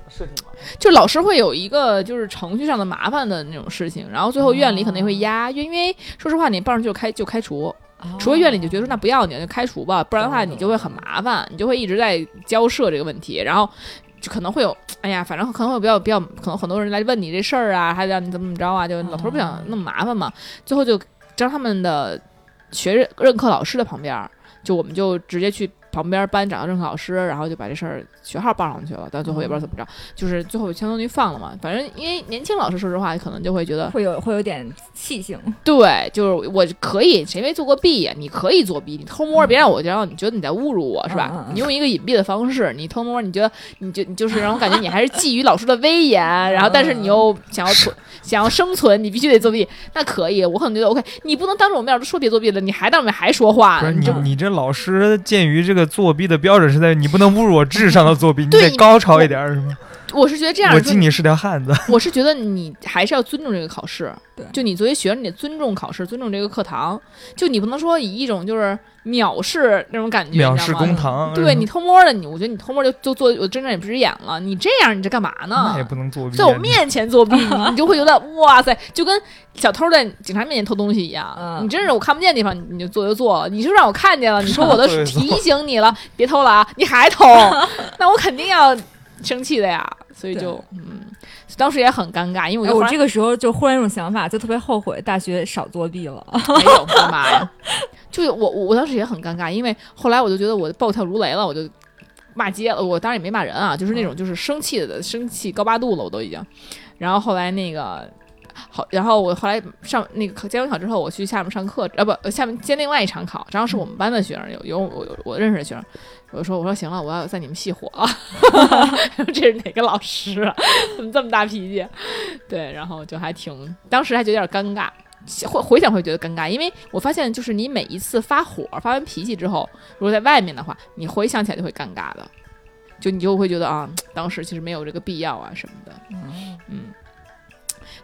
Speaker 1: 就老师会有一个就是程序上的麻烦的那种事情，然后最后院里可能也会压，因为说实话你报上去就开就开除，除非院里就觉得说那不要你了就开除吧，不然的话你就会很麻烦，你就会一直在交涉这个问题，然后就可能会有，哎呀，反正可能会比较比较，可能很多人来问你这事儿啊，还让你怎么怎么着啊，就老头儿不想那么麻烦嘛，最后就将他们的学任任课老师的旁边儿，就我们就直接去。旁边班长、任课老师，然后就把这事儿学号报上去了，但最后也不知道怎么着，就是最后相当于放了嘛。反正因为年轻老师，说实话，可能就会觉得
Speaker 5: 哦会有会有点气性。
Speaker 1: 对，就是我可以，谁没做过弊呀、你可以作弊，你偷摸，别让我觉得你觉得你在侮辱我，是吧？
Speaker 5: 嗯嗯嗯
Speaker 1: 你用一个隐蔽的方式，你偷摸，你觉得你就你就是让我感觉你还是觊觎老师的威严，然后但是你
Speaker 5: 嗯
Speaker 1: 又想要存 想要生存，你必须得作弊，那可以，我可能觉得 OK，你不能当着我面儿都说别作弊了，你还当着我面还说话
Speaker 4: 不
Speaker 1: 呢，
Speaker 4: 是
Speaker 1: 你
Speaker 4: 你
Speaker 1: 这。，
Speaker 4: 你这老师鉴于这个作弊的标准是在于你不能侮辱我智商的 作弊，你
Speaker 1: 对
Speaker 4: 得
Speaker 1: 你
Speaker 4: 高超一点儿是吗？
Speaker 1: 我是觉得这样
Speaker 4: 我
Speaker 1: 说，
Speaker 4: 敬你是条汉子。
Speaker 1: 我是觉得你还是要尊重这个考试，
Speaker 5: 对
Speaker 1: 就你作为学生，你得尊重考试，尊重这个课堂，就你不能说以一种就是藐视那种感觉，
Speaker 4: 藐
Speaker 1: 你知
Speaker 4: 视
Speaker 1: 道吗
Speaker 4: 公堂，
Speaker 1: 对你偷摸的，你我觉得你偷摸就就做我睁着眼不直眼了，你这样你这干嘛呢
Speaker 4: 那也？不能作弊啊，
Speaker 1: 在我面前作 弊，你你就会觉得哇塞，就跟小偷在警察面前偷东西一样。
Speaker 5: 嗯
Speaker 1: 你真是我看不见的地方，你就做就做了。你就让我看见了，你说我都
Speaker 4: 对
Speaker 1: 提醒你了，别偷了啊，你还 偷，那我肯定要生气的呀。所以就嗯，当时也很尴尬，因为我就忽
Speaker 5: 哎，我
Speaker 1: 然
Speaker 5: 这个时候就忽然有种想法，就特别后悔大学少作弊了。
Speaker 1: 没有，我的妈呀！ 就是我我我当时也很尴尬，因为后来我就觉得我暴跳如雷了，我就骂街了。我当然也没骂人啊，就是那种就是生气的生气高八度了，我都已经。然后后来那个好，然后我后来上那个监完考之后，我去下面上课，呃不，呃下面监另外一场考，然后是我们班的学生，有有我有我认识的学生。我说我说行了，我要在你们系火了， 这是哪个老 师啊？怎么这么大脾气？对，然后就还挺，当时还觉得有点尴尬，回回想会觉得尴尬，因为我发现就是你每一次发火、发完脾气之后，如果在外面的话，你回想起来就会尴尬的，就你就会觉得啊，当时其实没有这个必要啊什么的。嗯，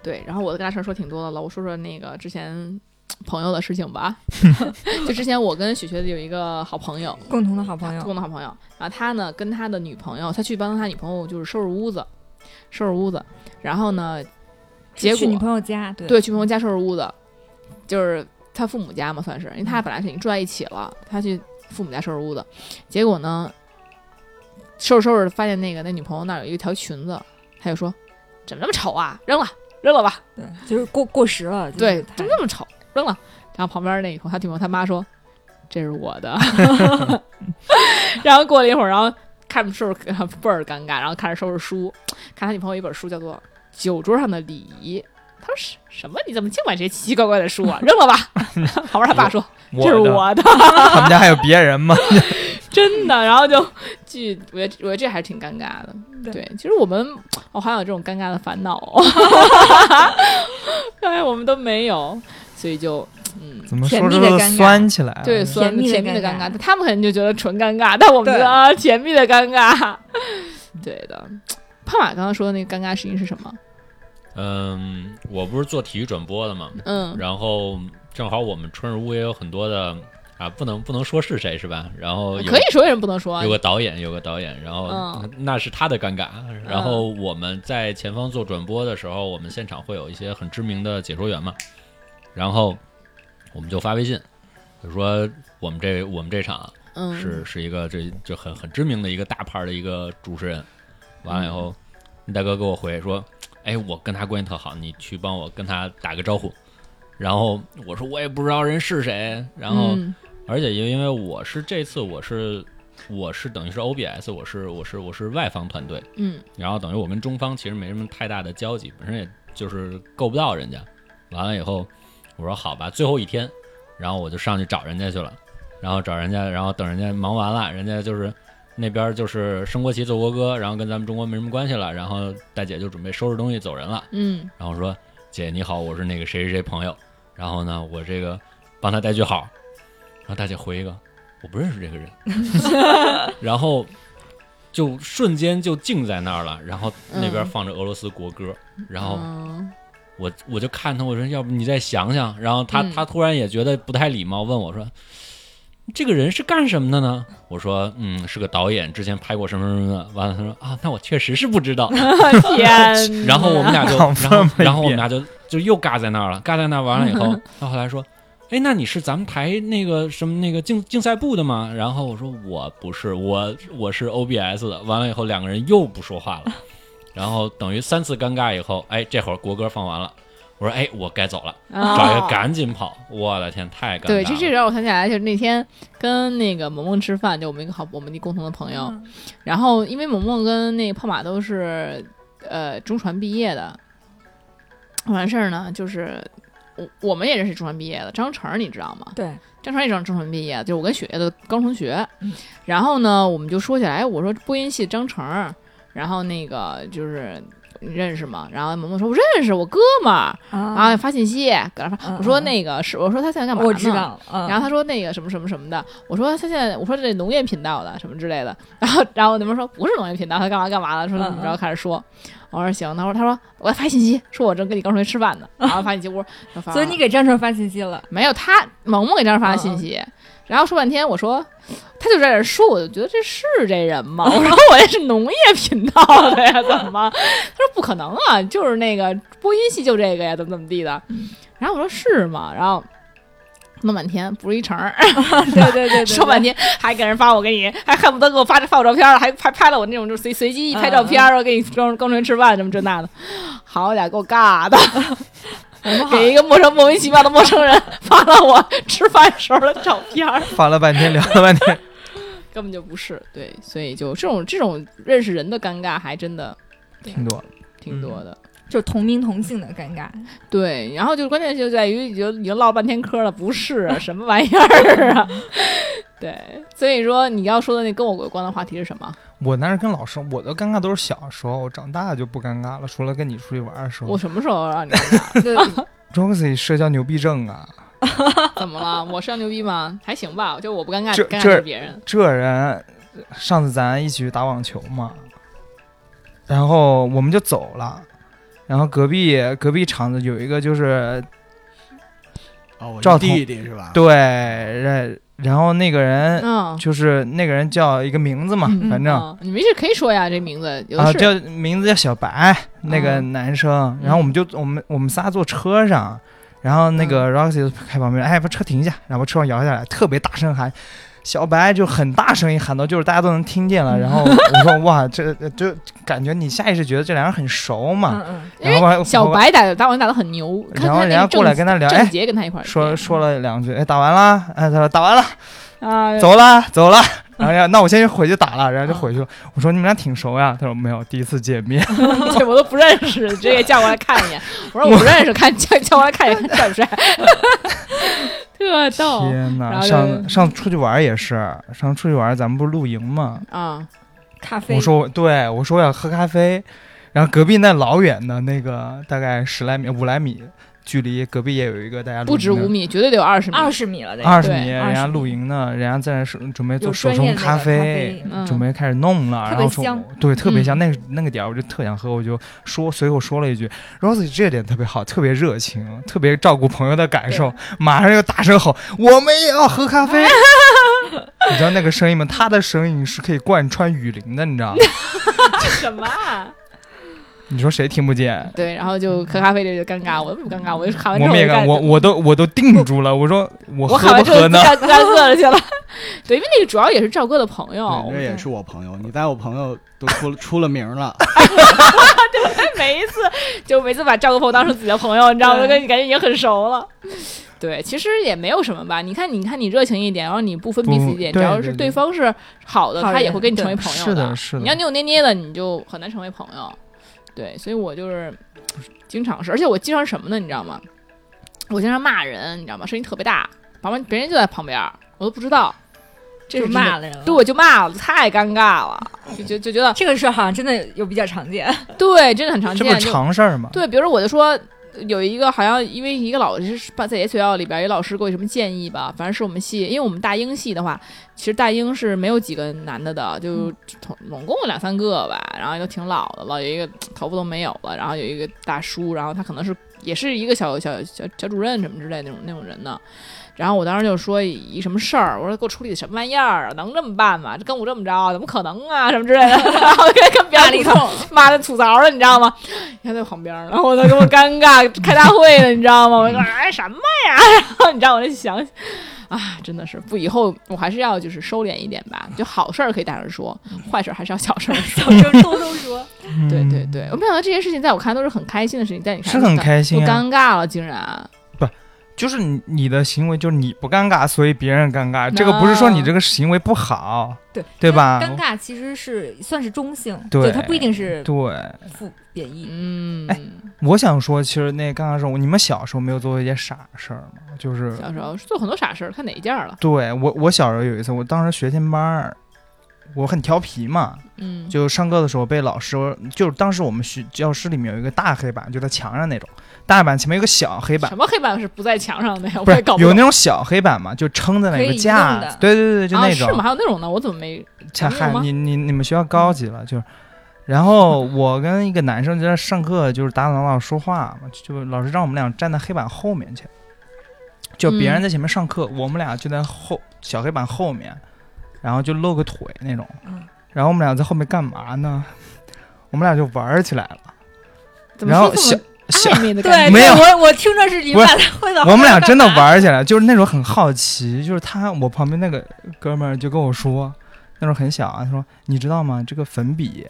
Speaker 1: 对。然后我跟大成说挺多的了，我说说那个之前朋友的事情 吧。就之前我跟雪雪有一个好朋友，
Speaker 5: 共同的好朋
Speaker 1: 共
Speaker 5: 友，
Speaker 1: 同好朋友。然后他呢，跟他的女朋友，他去帮他女朋友就是收拾屋子，收拾屋子。然后呢，结
Speaker 5: 去女
Speaker 1: 果
Speaker 5: 朋友家，对
Speaker 1: 对去朋友家收拾屋子，就是他父母家嘛，算是，因为他俩本来是已经住在一起了，他去父母家收拾屋子，结果呢，收拾收拾发现那个那女朋友那儿有一条裙子，他就说怎么那么丑啊，扔了扔了吧。
Speaker 5: 对，就是过过时了，就是
Speaker 1: 对，
Speaker 5: 太
Speaker 1: 怎么这么丑，扔了。然后旁边那以后他女朋友他妈说：“这是我的。” 然后过了一会儿，然后看着收拾 倍儿尴尬，然后看着收拾书，看他女朋友有一本书叫做《酒桌上的礼仪》。他说什什么？你怎么净买这些奇奇怪怪的书啊？扔了吧！旁边他爸说：“这
Speaker 4: 我
Speaker 1: 是
Speaker 4: 的，
Speaker 1: 我的，
Speaker 4: 他们家还有别 人吗？
Speaker 1: 真的。”然后就巨，我觉得我觉得这还是挺尴尬的。对，其实我们我好像有这种尴尬的烦恼、哦， 看来我们都没有，所以就嗯，
Speaker 4: 怎么
Speaker 5: 甜
Speaker 4: 说
Speaker 5: 蜜
Speaker 4: 着
Speaker 5: 的
Speaker 4: 都
Speaker 5: 尴尬
Speaker 4: 酸起来啊了？
Speaker 1: 对，酸
Speaker 5: 啊甜蜜的
Speaker 1: 甜蜜的
Speaker 5: 尴
Speaker 1: 尴
Speaker 5: 尬
Speaker 1: 尬，他们可能就觉得纯尴尬，但我们觉得啊，甜蜜的尴尬，
Speaker 5: 嗯
Speaker 1: 对的。胖马刚刚说的那个尴尬事情是什么？
Speaker 2: 嗯，我不是做体育转播的嘛，
Speaker 1: 嗯
Speaker 2: 然后正好我们春日屋也有很多的啊，不能不能说是谁是吧？然后有
Speaker 1: 可以说为什么不能说啊
Speaker 2: 有？个导演，有个导演，然后、
Speaker 1: 嗯
Speaker 2: 那是他的尴尬。啊然后我们在前方做转播的时候，我们现场会有一些很知名的解说员嘛，然后我们就发微信，就说我们这我们这场
Speaker 1: 嗯，
Speaker 2: 是是一个这就很很知名的一个大牌儿的一个主持人。完了以后，
Speaker 1: 嗯
Speaker 2: 那大哥给我回说：“哎，我跟他关系特好，你去帮我跟他打个招呼。”然后我说：“我也不知道人是谁。”然后，
Speaker 1: 嗯
Speaker 2: 而且因因为我是这次我是我是等于是 OBS，我是我是我是外方团队，
Speaker 1: 嗯
Speaker 2: 然后等于我跟中方其实没什么太大的交集，本身也就是够不到人家。完了以后，我说好吧，最后一天，然后我就上去找人家去了，然后找人家，然后等人家忙完了，人家就是那边就是升国旗奏国歌，然后跟咱们中国没什么关系了，然后大姐就准备收拾东西走人了。
Speaker 1: 嗯
Speaker 2: 然后说：“姐你好，我是那个谁谁谁朋友。”然后呢，我这个帮他带句好。然后大姐回一个：“我不认识 这个人。”然后就瞬间就静在那儿了。然后那边
Speaker 1: 嗯
Speaker 2: 放着俄罗斯国歌，然后
Speaker 1: 嗯
Speaker 2: 我我就看他，我说：“要不你再想想。”然后他、
Speaker 1: 嗯
Speaker 2: 他突然也觉得不太礼貌，问我说：“这个人是干什么的呢？”我说：“嗯，是个导演，之前拍过什么什么的。”完了，他说：“啊，那我确实是不知道。”
Speaker 1: 天，
Speaker 2: 然后我们俩就，
Speaker 4: 好
Speaker 2: 然后
Speaker 4: 这么一
Speaker 2: 然后我们俩
Speaker 4: 变
Speaker 2: 就就又尬在那儿了，尬在那儿完了以 后，他后来说：“哎，那你是咱们台那个什么那个竞竞赛部的吗？”然后我说：“我不是，我我是 OBS 的。”完了以后，两个人又不说 话了，然后等于三次尴尬以后，哎，这会儿国歌放完了，我说：“哎，我该走了，
Speaker 1: 啊
Speaker 2: 找一个赶紧跑！”我的天，太尴尬了。
Speaker 1: 对，这这让我想起来，就是那天跟那个萌萌吃饭，就我们一个好我们的共同的朋友，
Speaker 5: 嗯
Speaker 1: 然后因为萌萌跟那个胖马都是呃中传毕业的，完事儿呢，就是我我们也认识中传毕业的张成儿，你知道吗？
Speaker 5: 对，
Speaker 1: 张成儿也是中传毕业，就是我跟雪月的高中同学。
Speaker 5: 嗯
Speaker 1: 然后呢，我们就说起来，哎我说播音系张成儿，然后那个就是你认识吗？然后萌萌说，我认识，我哥们儿，然后
Speaker 5: 啊，
Speaker 1: 发信息搁那发。
Speaker 5: 嗯
Speaker 1: 我说
Speaker 5: 嗯
Speaker 1: 那个是，我说他现在干嘛呢？
Speaker 5: 我知道，嗯，
Speaker 1: 然后他说那个什么什么什么的，我说他现在我说这农业频道的什么之类的， 然后然后那边说不是农业频道，他干嘛干嘛了，说怎么
Speaker 5: 嗯
Speaker 1: 着
Speaker 5: 嗯
Speaker 1: 开始说，我说行，他说他说我发信息，说我正跟你刚出去吃 饭呢，然后发信息我说，
Speaker 5: 所以你给张成发信息 了，
Speaker 1: 没有他萌萌给张发的信
Speaker 5: 嗯
Speaker 1: 息，然后说半天我说他就在这说，我就觉得这是这人吗？
Speaker 5: 嗯
Speaker 1: 我说我这是农业频道的呀，怎么？他说不可能啊，就是那个播音系就这个呀，怎么怎么地的。
Speaker 5: 嗯
Speaker 1: 然后我说是吗？然后弄半天不是一成儿。
Speaker 5: 对对对 对，
Speaker 1: 说半天还给人发我给你，还恨不得给我发这发我照片儿，还拍拍了我那种就随随机一拍照片儿，我给你装装成吃饭什么这那的，好家伙给我尬的，
Speaker 5: 天
Speaker 1: 给一个陌生莫名其妙的陌生人发了我吃饭时候的照片 儿，
Speaker 4: 发了半天，聊了半天，
Speaker 1: 根本就不是对，所以就这种这种认识人的尴尬还真的
Speaker 4: 挺多。
Speaker 1: 挺多的。
Speaker 5: 就是同名同姓的尴 尬，
Speaker 1: 对，然后就关键就在于你就你就唠半天嗑了，不是什么玩意儿啊？对，所以说你要说的那跟我有关的话题是什么？
Speaker 4: 我那是跟老师，我的尴尬都是小时候，长大就不尴尬了。除了跟你出去玩的时候
Speaker 1: 我，什么时候让你
Speaker 5: 对，
Speaker 4: Roxy 社交牛逼症啊，
Speaker 1: 怎么了？我是要牛逼吗？还行吧，就我不尴尬，
Speaker 4: 这
Speaker 1: 尴尬
Speaker 4: 这
Speaker 1: 就是别人。
Speaker 4: 这人，上次咱一起去打网球嘛，然后我们就走了，然后隔壁隔壁场子有一个就是
Speaker 6: 哦，我
Speaker 4: 赵
Speaker 6: 一
Speaker 4: 彤
Speaker 6: 弟弟是吧？
Speaker 4: 对，然然后那个人
Speaker 1: 嗯，
Speaker 4: 就是那个人叫一个名字嘛，
Speaker 1: 嗯
Speaker 4: 反正。
Speaker 1: 嗯你没事可以说呀，这名字有的
Speaker 4: 啊，
Speaker 1: 是。
Speaker 4: 叫名字叫小白，那个
Speaker 1: 嗯嗯
Speaker 4: 男生。然后我们就我们我们仨坐车上，然后那个 Roxy 就开旁边，哎，把车停一下，然后把车窗摇下来，特别大声喊。小白就很大声音喊到，就是大家都能听见了。然后
Speaker 1: 嗯
Speaker 4: 我说：“哇，这就感觉你下意识觉得这俩人很熟嘛。
Speaker 5: 嗯
Speaker 1: 因
Speaker 4: 然后
Speaker 1: 为
Speaker 4: 我
Speaker 1: 小白打打完打的很牛，看
Speaker 4: 然后
Speaker 1: 他那
Speaker 4: 人家
Speaker 1: 个
Speaker 4: 过来
Speaker 1: 郑
Speaker 4: 跟他聊哎
Speaker 1: 郑杰跟他一块儿
Speaker 4: 说
Speaker 1: 练
Speaker 4: 说了两句，哎，打完啦，哎，他说打完了，
Speaker 1: 啊，
Speaker 4: 走了，走了。然后呀，那我先回去打了，然后
Speaker 1: 嗯
Speaker 4: 就回去了。我说你们俩挺熟呀？他说没有，第一次见面。
Speaker 1: 这 我都不认识，直接叫过来看一眼。我说我不认识，看叫叫过来看一眼，看帅不 帅？特逗
Speaker 4: 天
Speaker 1: 哦然
Speaker 4: 呐，
Speaker 1: 后就
Speaker 4: 上上出去玩儿也是，上出去玩儿咱们不是露营嘛？
Speaker 1: 啊！
Speaker 5: 嗯，咖啡。
Speaker 4: 我说我对，我说我要喝咖啡，然后隔壁那老远的那个大概十来米、五来米距离，隔壁也有一个大家露
Speaker 1: 不止
Speaker 4: 营的
Speaker 1: 五米，绝对得有二十米。
Speaker 5: 二十米了得，
Speaker 4: 二十
Speaker 1: 对
Speaker 4: 米，
Speaker 5: 20
Speaker 4: 人家
Speaker 5: 米
Speaker 4: 露营呢，人家在那手准备做
Speaker 5: 有
Speaker 4: 手
Speaker 5: 专业
Speaker 4: 冲
Speaker 5: 的那个
Speaker 4: 啡
Speaker 5: 啡，，
Speaker 1: 嗯
Speaker 4: 准备开始弄了，
Speaker 5: 特
Speaker 4: 然
Speaker 5: 别
Speaker 4: 后说
Speaker 5: 香
Speaker 4: 对特别香，
Speaker 1: 嗯
Speaker 4: 那个那个点儿我就特想喝，我就说随口说了一句，Rosie 这点特别好，特别热情，特别照顾朋友的感受，马上就大声吼，我们也要喝 咖啡。你知道那个声音吗？他的声音是可以贯穿雨林的，你 知道吗？
Speaker 1: 什么啊？
Speaker 4: 你说谁听不见？
Speaker 1: 对，然后就喝咖啡这就尴尬，我都不尴尬，我就喊完
Speaker 4: 我
Speaker 1: 之后
Speaker 4: 们也
Speaker 1: 就
Speaker 4: 干，
Speaker 1: 干
Speaker 4: 我我都我都定住了，我说我
Speaker 1: 我
Speaker 4: 喝
Speaker 1: 喊
Speaker 4: 不
Speaker 1: 完之后
Speaker 4: 喝
Speaker 1: 就
Speaker 4: 呢？
Speaker 1: 干干饿了去了。对，因为那个主要也是赵哥的朋友，
Speaker 6: 对这也是我朋友，你在我朋友都出了 出了名了，
Speaker 1: 每一次就每次把赵国鹏当成自己的朋友，你知道吗？跟你感觉已经很熟了。对，其实也没有什么吧。你看，你看，你热情一点，然后你不分彼此一点，
Speaker 4: 不
Speaker 1: 只要
Speaker 4: 对
Speaker 1: 是
Speaker 4: 对
Speaker 1: 对方是好的，
Speaker 5: 好
Speaker 1: 他也
Speaker 5: 人
Speaker 1: 会跟你
Speaker 5: 对
Speaker 1: 成为朋友
Speaker 4: 是
Speaker 1: 的。
Speaker 4: 的是的
Speaker 1: 你要扭扭捏捏的，你就很难成为朋友。对，所以我就是经常是，而且我经常什么呢？你知道吗？我经常骂人，你知道吗？声音特别大，旁边别人就在旁边，我都不知道。这
Speaker 5: 就是
Speaker 1: 真的
Speaker 5: 骂，了人了。
Speaker 1: 对，我就骂了，太尴尬了，就觉就觉得
Speaker 5: 这个事儿好像真的有比较 常见。
Speaker 1: 对，真的很常
Speaker 4: 这
Speaker 1: 见。
Speaker 4: 不是
Speaker 1: 就
Speaker 4: 常事儿吗？
Speaker 1: 对，比如说我就说有一个好像因为一个老师是在也学校里边儿，一老师给我有什么建议吧，反正是我们系，因为我们大英系的话，其实大英是没有几个男的的，就总总共有两三个吧，然后都挺老的了，有一个头发都没有了，然后有一个大叔，然后他可能是也是一个小小小小主任什么之类的那种那种人呢。然后我当时就说一什么事儿，我说给我处理的什么玩意儿啊，能这么办吗？这跟我这么着，怎么可能啊？什么之类的， 然后跟跟别人
Speaker 5: 骂了一通
Speaker 1: 吐槽，骂的吐槽了，你知道吗？他在旁边儿，然后我都给我尴尬，开大会呢，你知道吗？我说
Speaker 4: 嗯
Speaker 1: 哎什么呀？ 然后你知道我就想啊，真的是不，以后我还是要就是收敛一点吧，就好事儿可以大声说，坏事儿还是要小声儿 说。
Speaker 5: 小声偷偷说，
Speaker 1: 对
Speaker 4: 嗯
Speaker 1: 对对，我没想到这些事情在我看来都是很开心的事情，在你看
Speaker 4: 是很开心
Speaker 1: 都
Speaker 4: 啊
Speaker 1: 尴尬了，竟然
Speaker 4: 就是你你的行为就是你不尴尬，所以别人尴
Speaker 1: 哦
Speaker 4: 尬。这个不是说你这个行为不好，
Speaker 5: 对
Speaker 4: 对吧？
Speaker 5: 尴尬其实是算是中性，
Speaker 4: 对
Speaker 5: 它不一定是
Speaker 4: 对，
Speaker 5: 负贬义。
Speaker 1: 嗯，
Speaker 4: 哎我想说，其实那刚刚说，你们小时候没有做过一件傻事儿吗？就是
Speaker 1: 小时候做很多傻事儿，看哪一件儿了，
Speaker 4: 对我，我小时候有一次，我当时学前班儿，我很调皮嘛，
Speaker 1: 嗯，
Speaker 4: 就上课的时候被老师，就是当时我们学教室里面有一个大黑板，就在墙上那种，大黑板前面有个小黑板
Speaker 1: 什，么黑板是不在墙上的呀？
Speaker 4: 不
Speaker 1: 我也
Speaker 4: 是
Speaker 1: 搞不
Speaker 4: 有
Speaker 1: 懂
Speaker 4: 那种小黑板嘛，就撑在
Speaker 5: 可
Speaker 4: 那
Speaker 5: 以
Speaker 4: 个
Speaker 5: 移
Speaker 4: 架
Speaker 5: 动的
Speaker 4: 子，对对对，就
Speaker 1: 啊
Speaker 4: 那
Speaker 1: 是
Speaker 4: 种。
Speaker 1: 吗？还有那种呢？我怎么没
Speaker 4: 这
Speaker 1: 没有
Speaker 4: 嗨，
Speaker 1: 吗
Speaker 4: 你你你们学校高级了，就是。然后我跟一个男生在那上课，就是打打闹闹说话嘛，就就老师让我们俩站在黑板后面去，就别人在前面上课，我们俩就在后小黑板后面，然后就露个腿那种
Speaker 5: 嗯。
Speaker 4: 然后我们俩在后面干嘛呢？ 我们俩就玩起来了。
Speaker 1: 怎么
Speaker 4: 然后
Speaker 1: 说
Speaker 4: 小
Speaker 1: 这么
Speaker 4: 小，
Speaker 1: 暧昧的感
Speaker 5: 对，
Speaker 1: 觉？
Speaker 4: 没有
Speaker 5: 我我听着是你
Speaker 4: 不
Speaker 5: 们
Speaker 4: 是
Speaker 5: 俩会 的。
Speaker 4: 我们俩真的玩起来，就是那种很好奇，就是他我旁边那个哥们儿就跟我说，那时候很小啊，他说你知道吗？这个粉笔，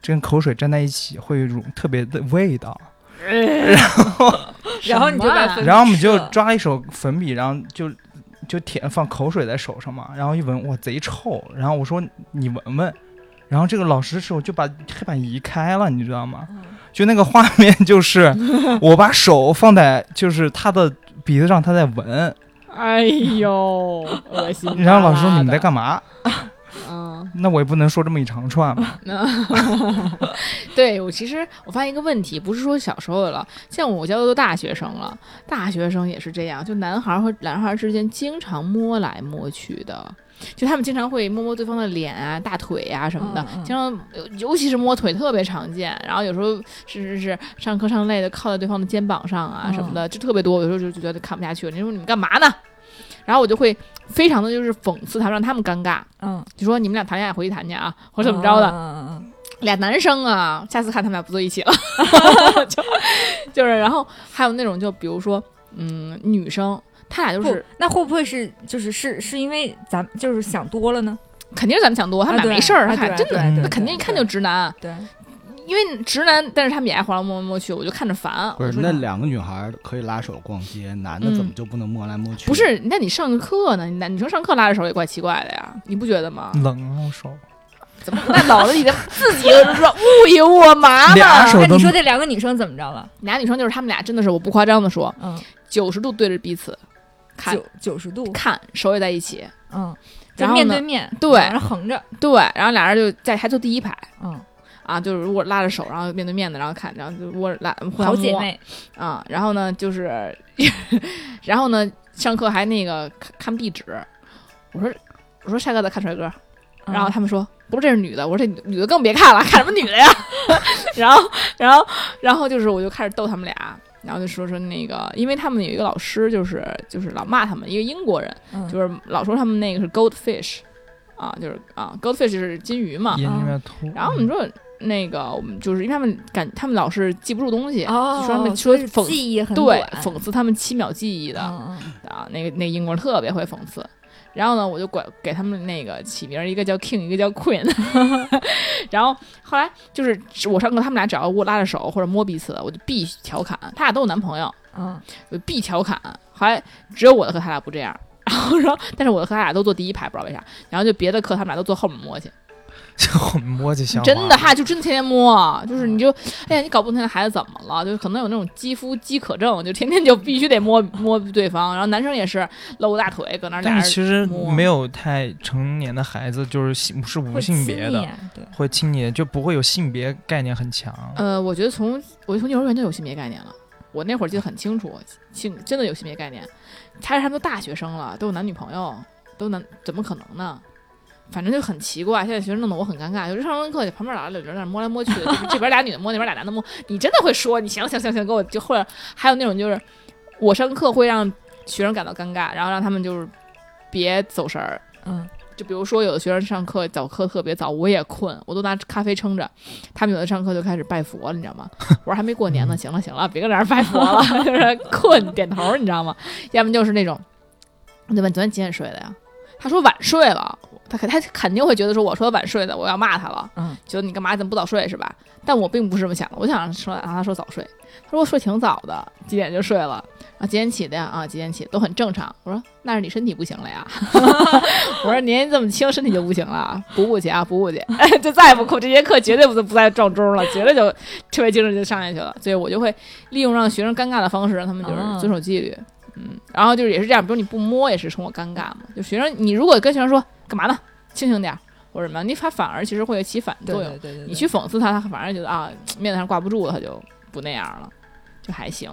Speaker 4: 这跟口水粘在一起会有一种特别的味道。
Speaker 1: 什
Speaker 5: 然后你就
Speaker 1: 么
Speaker 5: 把
Speaker 1: 啊
Speaker 5: 分
Speaker 4: 然后我们
Speaker 5: 是
Speaker 4: 就
Speaker 5: 的
Speaker 4: 抓了一手粉笔，然后就就舔放口水在手上嘛，然后一闻哇贼臭，然后我说你闻闻，然后这个老师的时候就把黑板移开了，你知道吗？就那个画面就是我把手放在就是他的鼻子上，他在闻。
Speaker 1: 哎呦，恶心！
Speaker 4: 然后老师说你们在干
Speaker 1: 嘛？
Speaker 4: 嘛？
Speaker 1: 嗯，嗯，
Speaker 4: 那我也不能说这么一长串吧。
Speaker 1: 对我其实我发现一个问题，不是说小时候了，像我教的都大学生了，大学生也是这样，就男孩和男孩之间经常摸来摸去的。就他们经常会摸摸对方的脸啊、大腿啊什么的，
Speaker 5: 嗯嗯
Speaker 1: 经常尤尤其是摸腿特别常见。然后有时候是是是上课上累的靠在对方的肩膀上啊
Speaker 5: 嗯
Speaker 1: 什么的，就特别多。我有时候就就觉得看不下去了，你说你们干嘛呢？然后我就会非常的就是讽刺他们，让他们尴尬，
Speaker 5: 嗯，
Speaker 1: 就说你们俩谈恋爱回去谈去啊，或者怎么着的。
Speaker 5: 嗯？嗯
Speaker 1: 俩男生啊，下次看他们俩不坐一起 了，就就是，然后还有那种就比如说，嗯，女生，他俩
Speaker 5: 嗯，
Speaker 1: 就
Speaker 5: 不
Speaker 1: 是，
Speaker 5: 那会不会是就是是是因为咱们就是想多了呢？
Speaker 1: 肯定是咱们想多，哦他们俩
Speaker 5: 啊对
Speaker 1: 没事儿，他
Speaker 5: 啊
Speaker 1: 俩
Speaker 5: 对
Speaker 1: 真的，
Speaker 5: 对对啊
Speaker 1: 那肯定一看就直男，啊
Speaker 5: 对，
Speaker 1: 因为直男，但是他们也爱晃来摸来摸去，我就看着烦。
Speaker 6: 不是
Speaker 1: 我说
Speaker 6: 那两个女孩可以拉手逛街，男的怎么
Speaker 1: 嗯
Speaker 6: 就不能摸来摸去？
Speaker 1: 不是，那你上课呢？你男女生上课拉着手也怪奇怪的呀，你不觉得吗？
Speaker 4: 冷啊，我手，
Speaker 1: 怎么 那老了你的自己就 说勿由我麻
Speaker 4: 俩
Speaker 1: 烦？
Speaker 4: 手
Speaker 5: 那
Speaker 4: 都
Speaker 5: 你说这两个女生怎么着了？
Speaker 1: 俩女生就是他们俩真的是，我不夸张的说，
Speaker 5: 嗯，
Speaker 1: 九十度对着彼此看
Speaker 5: 九九十度，
Speaker 1: 看，手也在一起，
Speaker 5: 嗯，就
Speaker 1: 然后
Speaker 5: 面
Speaker 1: 呢
Speaker 5: 对面，
Speaker 1: 对
Speaker 5: 然后横着，
Speaker 1: 对，然后俩人就在还坐第一排。
Speaker 5: 嗯，
Speaker 1: 啊，就是如果拉着手，然后面对面的，然后看，然后就握着拉互
Speaker 5: 好
Speaker 1: 相
Speaker 5: 姐
Speaker 1: 摸
Speaker 5: 妹，
Speaker 1: 啊，然后呢就是， 然后呢上课还那个看看壁纸，我说我说帅哥在看帅哥，
Speaker 5: 嗯
Speaker 1: 然后他们说不是这是女的，我说这女女的更别看了，看什么女的呀？ 然后然后然后就是我就开始逗他们俩。然后就说说那个，因为他们有一个老师，就是就是老骂他们，一个英国人，
Speaker 5: 嗯
Speaker 1: 就是老说他们那个是 goldfish，啊，就是啊 goldfish 是金鱼嘛，
Speaker 4: 眼睛里面凸。
Speaker 1: 然后我们说那个，我们就是因为他们感，他们老是记不住东西，
Speaker 5: 哦，
Speaker 1: 就说他们
Speaker 5: 所
Speaker 1: 说
Speaker 5: 以
Speaker 1: 讽刺。
Speaker 5: 记忆很
Speaker 1: 对
Speaker 5: 短，
Speaker 1: 讽刺他们七秒记忆的、
Speaker 5: 嗯嗯
Speaker 1: 啊，那个那个英国人特别会讽刺。然后呢，我就管给他们那个起名儿，一个叫 King，一个叫 Queen。然后后来就是我上课，他们俩只要握拉着手或者摸彼此，我就必调侃。他俩都有男朋友，
Speaker 5: 嗯，
Speaker 1: 我就必调侃。后来只有我的课他俩不这样。然后说，但是我的课他俩都坐第一排，不知道为啥。然后就别的课他们俩都坐后面摸去。
Speaker 4: 就 摸起香花，
Speaker 1: 真的哈，就真的天天摸，就是你
Speaker 4: 嗯
Speaker 1: 就，哎呀，你搞不清孩子怎么了，就是可能有那种肌肤饥渴症，就天天就必须得摸摸对方。然后男生也是露大腿搁那儿俩
Speaker 4: 但
Speaker 1: 人
Speaker 4: 是其实
Speaker 1: 摸
Speaker 4: 没有太成年的孩子就是性是无
Speaker 5: 会
Speaker 4: 性
Speaker 5: 亲
Speaker 4: 别
Speaker 5: 密
Speaker 4: 的，
Speaker 5: 啊，对，
Speaker 4: 会亲你就不会有性别概念很强。
Speaker 1: 呃，我觉得从我从幼儿园就有性别概念了，我那会儿记得很清楚，性真的有性别概念。他是他们都大学生了，都有男女朋友，都男怎么可能呢？反正就很奇怪，现在学生弄得我很尴尬。有时上完课，旁边老有人在那摸来摸去的，就是这边俩女的摸，那边俩男的摸。 你真的会说，你行行行行，给我就或者还有那种就是，我上课会让学生感到尴尬，然后让他们就是别走神儿，
Speaker 5: 嗯
Speaker 1: 就比如说，有的学生上课早课特别早，我也困，我都拿咖啡撑着。他们有的上课就开始拜佛了，你知道吗？我说还没过年呢，行了行了，别跟那儿拜佛了， 就是困点头，你知道吗？要么就是那种，我就问昨天几点睡的呀？他说晚睡了，他肯他肯定会觉得说我说晚睡的，我要骂他了，
Speaker 5: 嗯，
Speaker 1: 觉得你干嘛怎么不早睡是吧？但我并不是这么想的，我想说让他说早睡，他说我睡挺早的，几点就睡了，啊几点起的呀？啊几点起都很正常。我说那是你身体不行了呀， 我说您这么轻，身体就不行了，补补去啊，补补去。 就再也不哭，这节课绝对不不再撞钟了，绝对就特别精神就上下去了。所以我就会利用让学生尴尬的方式，让他们就是
Speaker 5: 啊
Speaker 1: 遵守纪律。嗯，然后就是也是这样，比如你不摸也是冲我尴尬嘛。就学生，你如果跟学生说干嘛呢，清醒点儿或者什么样，你反反而其实会起反
Speaker 5: 对
Speaker 1: 作
Speaker 5: 对
Speaker 1: 用。
Speaker 5: 对对，对
Speaker 1: 你去讽刺他，他反而觉得啊面子上挂不住，他就不那样了，就还行。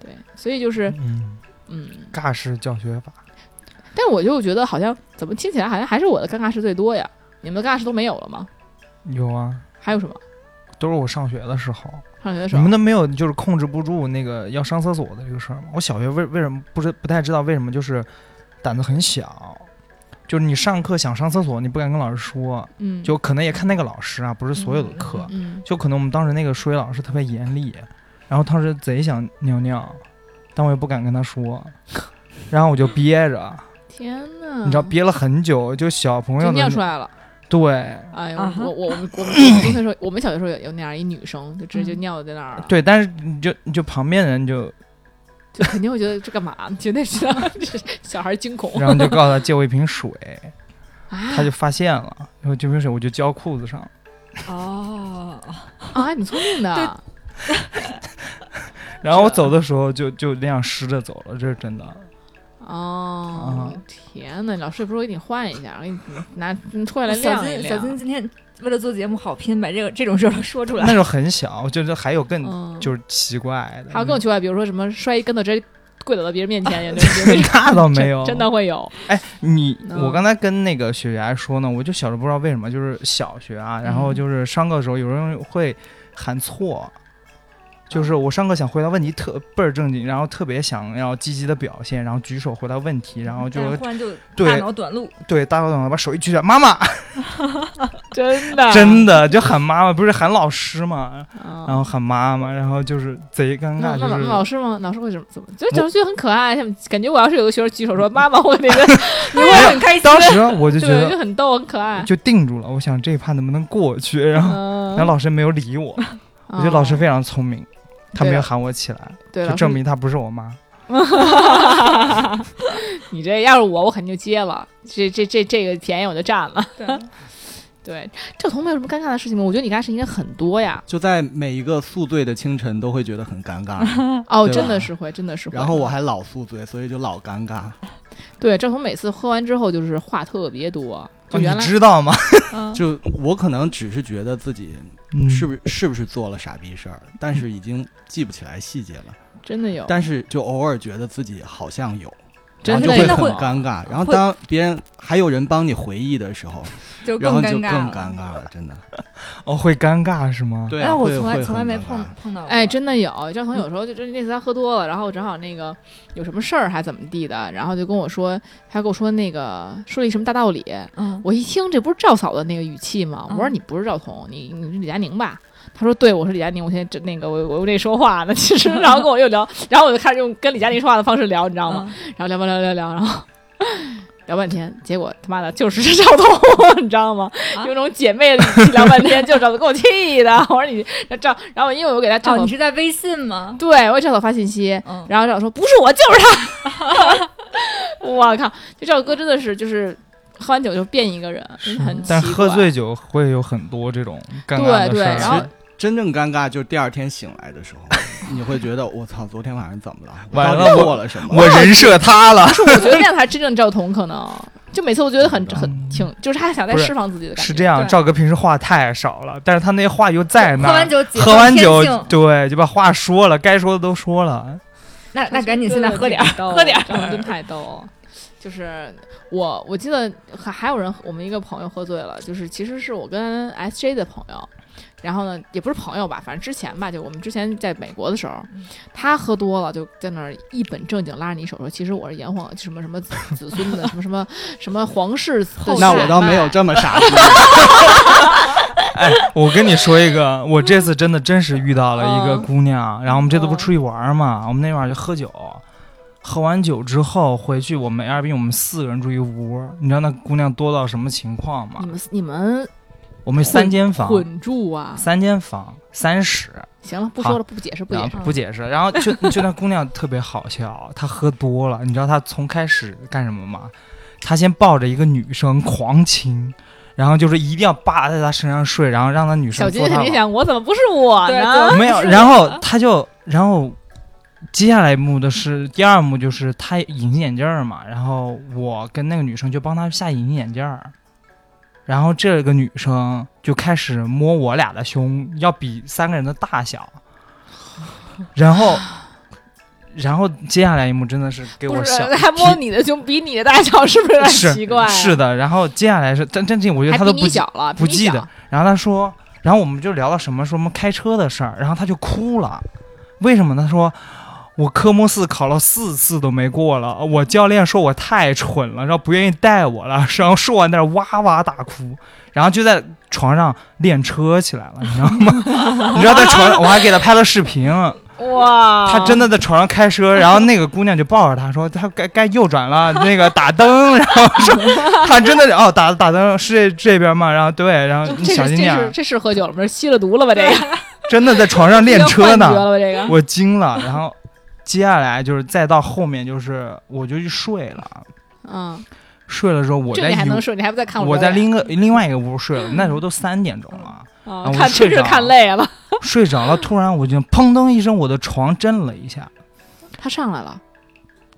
Speaker 1: 对，所以就是
Speaker 4: 嗯，
Speaker 1: 嗯，
Speaker 4: 尬式教学法，
Speaker 1: 但我就觉得好像怎么听起来好像还是我的尴尬事最多呀，你们的尴尬事都没有了吗？
Speaker 4: 有啊，
Speaker 1: 还有什么？
Speaker 4: 都是我上学的时候。
Speaker 1: 上学的时
Speaker 4: 你
Speaker 1: 候
Speaker 4: 们，都没有就是控制不住那个要上厕所的这个事儿吗？我小学为为什么不知不太知道为什么就是胆子很小，就是你上课想上厕所，你不敢跟老师说，
Speaker 1: 嗯，
Speaker 4: 就可能也看那个老师啊，不是所有的课，
Speaker 1: 嗯，
Speaker 4: 就可能我们当时那个数学老师特别严厉，然后当时贼想尿尿，但我也不敢跟他说， 然后我就憋着，
Speaker 1: 天呐，
Speaker 4: 你知道憋了很久，就小朋
Speaker 1: 嗯就
Speaker 4: 友的
Speaker 1: 尿出
Speaker 4: 那
Speaker 1: 来了。
Speaker 4: 对
Speaker 1: 哎呦，
Speaker 5: 啊哈
Speaker 1: 我我我们我们 我们小学时候，我们小学时候有有那样一女生，就直接
Speaker 5: 嗯
Speaker 1: 就尿在那儿了，
Speaker 4: 对，但是你就你就旁边 人就，
Speaker 1: 就肯定会觉得这干嘛？ 绝对知道小孩惊恐
Speaker 4: 然后你就告诉他借我一瓶水。
Speaker 1: 啊
Speaker 4: 他就发现了，然后这瓶水我就浇裤子上，
Speaker 5: 哦，
Speaker 1: 啊！你聪明的，
Speaker 4: 然后我走的时候就就那样湿着走了，这是真的。
Speaker 1: 哦
Speaker 4: 啊，
Speaker 1: 天哪！老师不是我给你换一下，我给你拿出来
Speaker 5: 小
Speaker 1: 晾一
Speaker 5: 金，小金
Speaker 1: 晾。
Speaker 5: 今天为了做节目好拼，把这个这种事儿都 说出
Speaker 4: 那
Speaker 5: 来。
Speaker 4: 时候很小，我觉得还有更、
Speaker 1: 嗯
Speaker 4: 就是奇怪的，
Speaker 1: 还有 更奇怪，比如说什么摔一跟头直接跪倒到别人面前，也真
Speaker 4: 那倒没有，
Speaker 1: 真的会有。
Speaker 4: 哎，你
Speaker 1: 嗯
Speaker 4: 我刚才跟那个雪芽说呢，我就小时候不知道为什么，就是小学啊，
Speaker 1: 嗯
Speaker 4: 然后就是上课的时候有人会喊错，就是我上课想回答问题特倍儿正经，然后特别想要积极的表现，然后举手回答问题，然后就
Speaker 1: 嗯
Speaker 5: 但是忽然就
Speaker 4: 对
Speaker 5: 大脑短路，
Speaker 4: 对大老远把手一举起来，妈妈，
Speaker 1: 真的，
Speaker 4: 真的就喊妈妈，不是喊老师嘛，
Speaker 1: 嗯。
Speaker 4: 然后喊妈妈，然后就是贼尴
Speaker 1: 那
Speaker 4: 尬，
Speaker 1: 那
Speaker 4: 就
Speaker 1: 老老
Speaker 4: 是
Speaker 1: 师吗？老师会怎么怎么？就就觉得很可爱，感觉我要是有个学生举手说“妈妈”，我那个
Speaker 5: 因为很开心。
Speaker 4: 当时我 就觉
Speaker 1: 对，
Speaker 4: 得
Speaker 1: 就很逗，很可爱。
Speaker 4: 就定住了，我想这一趴能不能过去，然后
Speaker 1: 嗯，
Speaker 4: 然后老师没有理我，我觉得老师非常聪明，他没有喊我起来。
Speaker 1: 哦嗯对
Speaker 4: 就
Speaker 1: 老师
Speaker 4: 证明她不是我妈。
Speaker 1: 你这要是我，我肯定就接了，这这这这个便宜我就占了。
Speaker 5: 对
Speaker 1: 对，这同没有什么尴尬的事情吗？我觉得你干事应该很多呀。
Speaker 6: 就在每一个宿醉的清晨都会觉得很尴尬，
Speaker 1: 哦，
Speaker 6: 对吧
Speaker 1: 真的是会，真的是会。
Speaker 6: 然后我还老宿醉，所以就老尴尬。
Speaker 1: 对郑红每次喝完之后就是话特别多，就
Speaker 4: 哦你
Speaker 1: 原来、
Speaker 4: 知道吗？
Speaker 1: 嗯
Speaker 6: 就我可能只是觉得自己嗯是不是是不是做了傻逼事儿，但是已经记不起来细节了，
Speaker 1: 真
Speaker 5: 哦
Speaker 1: 的有，
Speaker 6: 但是就偶尔觉得自己好像有，然
Speaker 1: 真
Speaker 6: 后
Speaker 1: 的
Speaker 6: 就会
Speaker 1: 有
Speaker 6: 很尴尬。然后
Speaker 5: 会
Speaker 6: 当别人还有人帮你回忆的时候，
Speaker 5: 就
Speaker 6: 然后
Speaker 5: 更
Speaker 6: 你就
Speaker 5: 尴
Speaker 6: 更
Speaker 5: 尬了。
Speaker 6: 尴尬了，真的。
Speaker 4: 哦，会尴尬是吗？
Speaker 6: 对啊，
Speaker 5: 但我
Speaker 6: 会
Speaker 5: 从来
Speaker 6: 会
Speaker 5: 从来
Speaker 6: 很
Speaker 5: 没
Speaker 6: 尴尬
Speaker 5: 碰碰到过。
Speaker 1: 哎，真的有，郑红有时候就就那次他喝多了，然后正好那个有什么事儿还怎么地的，然后就跟我说，他跟我说那个说了一什么大道理，
Speaker 5: 嗯，
Speaker 1: 我一听这不是赵嫂的那个语气吗？我说
Speaker 5: 嗯
Speaker 1: 你不是赵彤，你你是李佳宁吧？他说对，我是李佳宁，我现在这那个我我我这说话呢， 其实然后跟我又聊，然后我就开始用跟李佳宁说话的方式聊，你知道吗？
Speaker 5: 嗯
Speaker 1: 然后聊吧聊聊聊，然后 聊半天，结果他妈的就是这赵彤， 你知道吗？
Speaker 5: 啊
Speaker 1: 有种姐妹的语气聊半天，就赵彤给我气的， 我说你那赵，然后因为我给他赵
Speaker 5: 哦，
Speaker 1: 嫂、
Speaker 5: 你是在微信吗？
Speaker 1: 对我给赵嫂发信息，
Speaker 5: 嗯，
Speaker 1: 然后赵说不是我就是他， 我靠！就赵哥真的是就是喝完酒就变一个人，
Speaker 4: 是
Speaker 1: 很
Speaker 4: 但
Speaker 1: 奇
Speaker 4: 喝
Speaker 1: 怪
Speaker 4: 醉酒会有很多这种尴尬
Speaker 1: 对
Speaker 4: 的事
Speaker 1: 对，
Speaker 4: 儿。
Speaker 1: 然后
Speaker 6: 真正尴尬就是第二天醒来的时候，你会觉得我操，昨天晚上怎么了？我
Speaker 4: 完
Speaker 6: 到
Speaker 4: 了
Speaker 6: 底
Speaker 4: 我
Speaker 6: 做了什么？
Speaker 4: 我 人设塌了，
Speaker 1: 我觉得那样才真正赵彤可能。就每次我觉得很很
Speaker 4: 嗯
Speaker 1: 挺，就是他想在
Speaker 4: 不是
Speaker 1: 释放自己的感觉。
Speaker 4: 是这样。
Speaker 5: 对
Speaker 4: 赵哥平时话太少了，但是他那话又在那
Speaker 5: 喝完
Speaker 4: 儿。
Speaker 5: 酒解
Speaker 4: 喝
Speaker 5: 放
Speaker 4: 完
Speaker 5: 天
Speaker 4: 酒
Speaker 5: 性，
Speaker 4: 对，就把话说了，该说的都说了。
Speaker 5: 那
Speaker 1: 他
Speaker 5: 那
Speaker 1: 就
Speaker 5: 赶紧
Speaker 1: 对
Speaker 5: 现在
Speaker 1: 对
Speaker 5: 喝点儿
Speaker 1: 太逗了
Speaker 5: 喝点儿
Speaker 1: 赵彤真太逗了。就是我我记得还还有人，我们一个朋友喝醉了，就是其实是我跟 S J 的朋友，然后呢也不是朋友吧，反正之前吧，就我们之前在美国的时候，
Speaker 5: 嗯
Speaker 1: 他喝多了就在那儿一本正经拉着你手说，其实我是炎黄什么什么子子孙的什么什么什么皇室的
Speaker 5: 后
Speaker 6: 那
Speaker 1: 血
Speaker 6: 我倒没有
Speaker 1: 脉
Speaker 6: 这么 傻逼，
Speaker 4: 哎，我跟你说一个，我这次真的真实遇到了一个
Speaker 1: 嗯
Speaker 4: 姑娘，然后我们这次不
Speaker 1: 嗯
Speaker 4: 出去玩儿嘛，我们那晚就喝酒，喝完酒之后回去，我们 a i r b 我们四个人住一屋，你知道那姑娘多到什么情况吗
Speaker 1: 你？们你们
Speaker 4: 我们三间
Speaker 1: 嗯
Speaker 4: 房，
Speaker 1: 混住啊！
Speaker 4: 三间房三十，
Speaker 1: 行了，不
Speaker 4: 好
Speaker 1: 说了，不解释，
Speaker 6: 啊
Speaker 1: 不解
Speaker 4: 然
Speaker 1: 释
Speaker 4: 后。不解释。然后就就那姑娘特别好笑，她喝多了，你知道她从开始干什么吗？她先抱着一个女生狂亲，然后就是一定要扒在她身上睡，然后让那女
Speaker 1: 小
Speaker 4: 生
Speaker 1: 金
Speaker 4: 做她
Speaker 1: 肯定
Speaker 4: 老
Speaker 1: 想，我怎么不是我
Speaker 5: 对
Speaker 1: 呢？
Speaker 4: 没有。然后她就然后。接下来一幕的是第二幕，就是她隐形眼镜儿嘛，然后我跟那个女生就帮她下隐形眼镜儿，然后这个女生就开始摸我俩的胸，要比三个人的大小，然后， 然后接下来一幕真的是给
Speaker 1: 不
Speaker 4: 我
Speaker 1: 是
Speaker 4: 笑，，
Speaker 1: 还摸你的胸，比你的大小，是不是有点
Speaker 4: 是
Speaker 1: 奇怪啊？
Speaker 4: 是的，然后接下来是，但但这我觉得
Speaker 1: 还
Speaker 4: 他
Speaker 1: 比
Speaker 4: 都不
Speaker 1: 你
Speaker 4: 记
Speaker 1: 小了，比
Speaker 4: 不
Speaker 1: 你
Speaker 4: 记
Speaker 1: 小
Speaker 4: 得。然后他说，然后我们就聊到什么什么开车的事儿，然后他就哭了，为什么呢？他说我科目四考了四次都没过了，我教练说我太蠢了，然后不愿意带我了，然后说完在那哇哇大哭，然后就在床上练车起来了，你知道吗？你知道在床上我还给他拍了视频。
Speaker 1: 哇，
Speaker 4: 他真的在床上开车，然后那个姑娘就抱着他说：“他该该右转了，那个打灯。”然后说：“他真的哦，打打灯是这这边吗？”然后对，然后
Speaker 1: 这
Speaker 4: 你
Speaker 1: 是
Speaker 4: 小心点
Speaker 1: 这
Speaker 4: 儿
Speaker 1: 是，这是喝酒了吗？这是吸了毒了吧？这个
Speaker 4: 真的在床上练车
Speaker 1: 这个幻觉
Speaker 4: 呢，
Speaker 1: 了吧？这个
Speaker 4: 我惊了。然后接下来就是再到后面就是我就去睡了，
Speaker 1: 嗯，
Speaker 4: 睡了之后我
Speaker 1: 这
Speaker 4: 在
Speaker 1: 你还
Speaker 4: 一
Speaker 1: 能睡？啊你还不在看
Speaker 4: 我
Speaker 1: 表
Speaker 4: 在
Speaker 1: 演
Speaker 4: 另一个另外一个屋睡了，那时候都三点钟了，
Speaker 1: 啊
Speaker 4: 啊我
Speaker 1: 看真
Speaker 4: 睡
Speaker 1: 是
Speaker 4: 着
Speaker 1: 看累了，
Speaker 4: 睡着了，突然我就砰噔一声，我的床震了一下。
Speaker 1: 他上来了，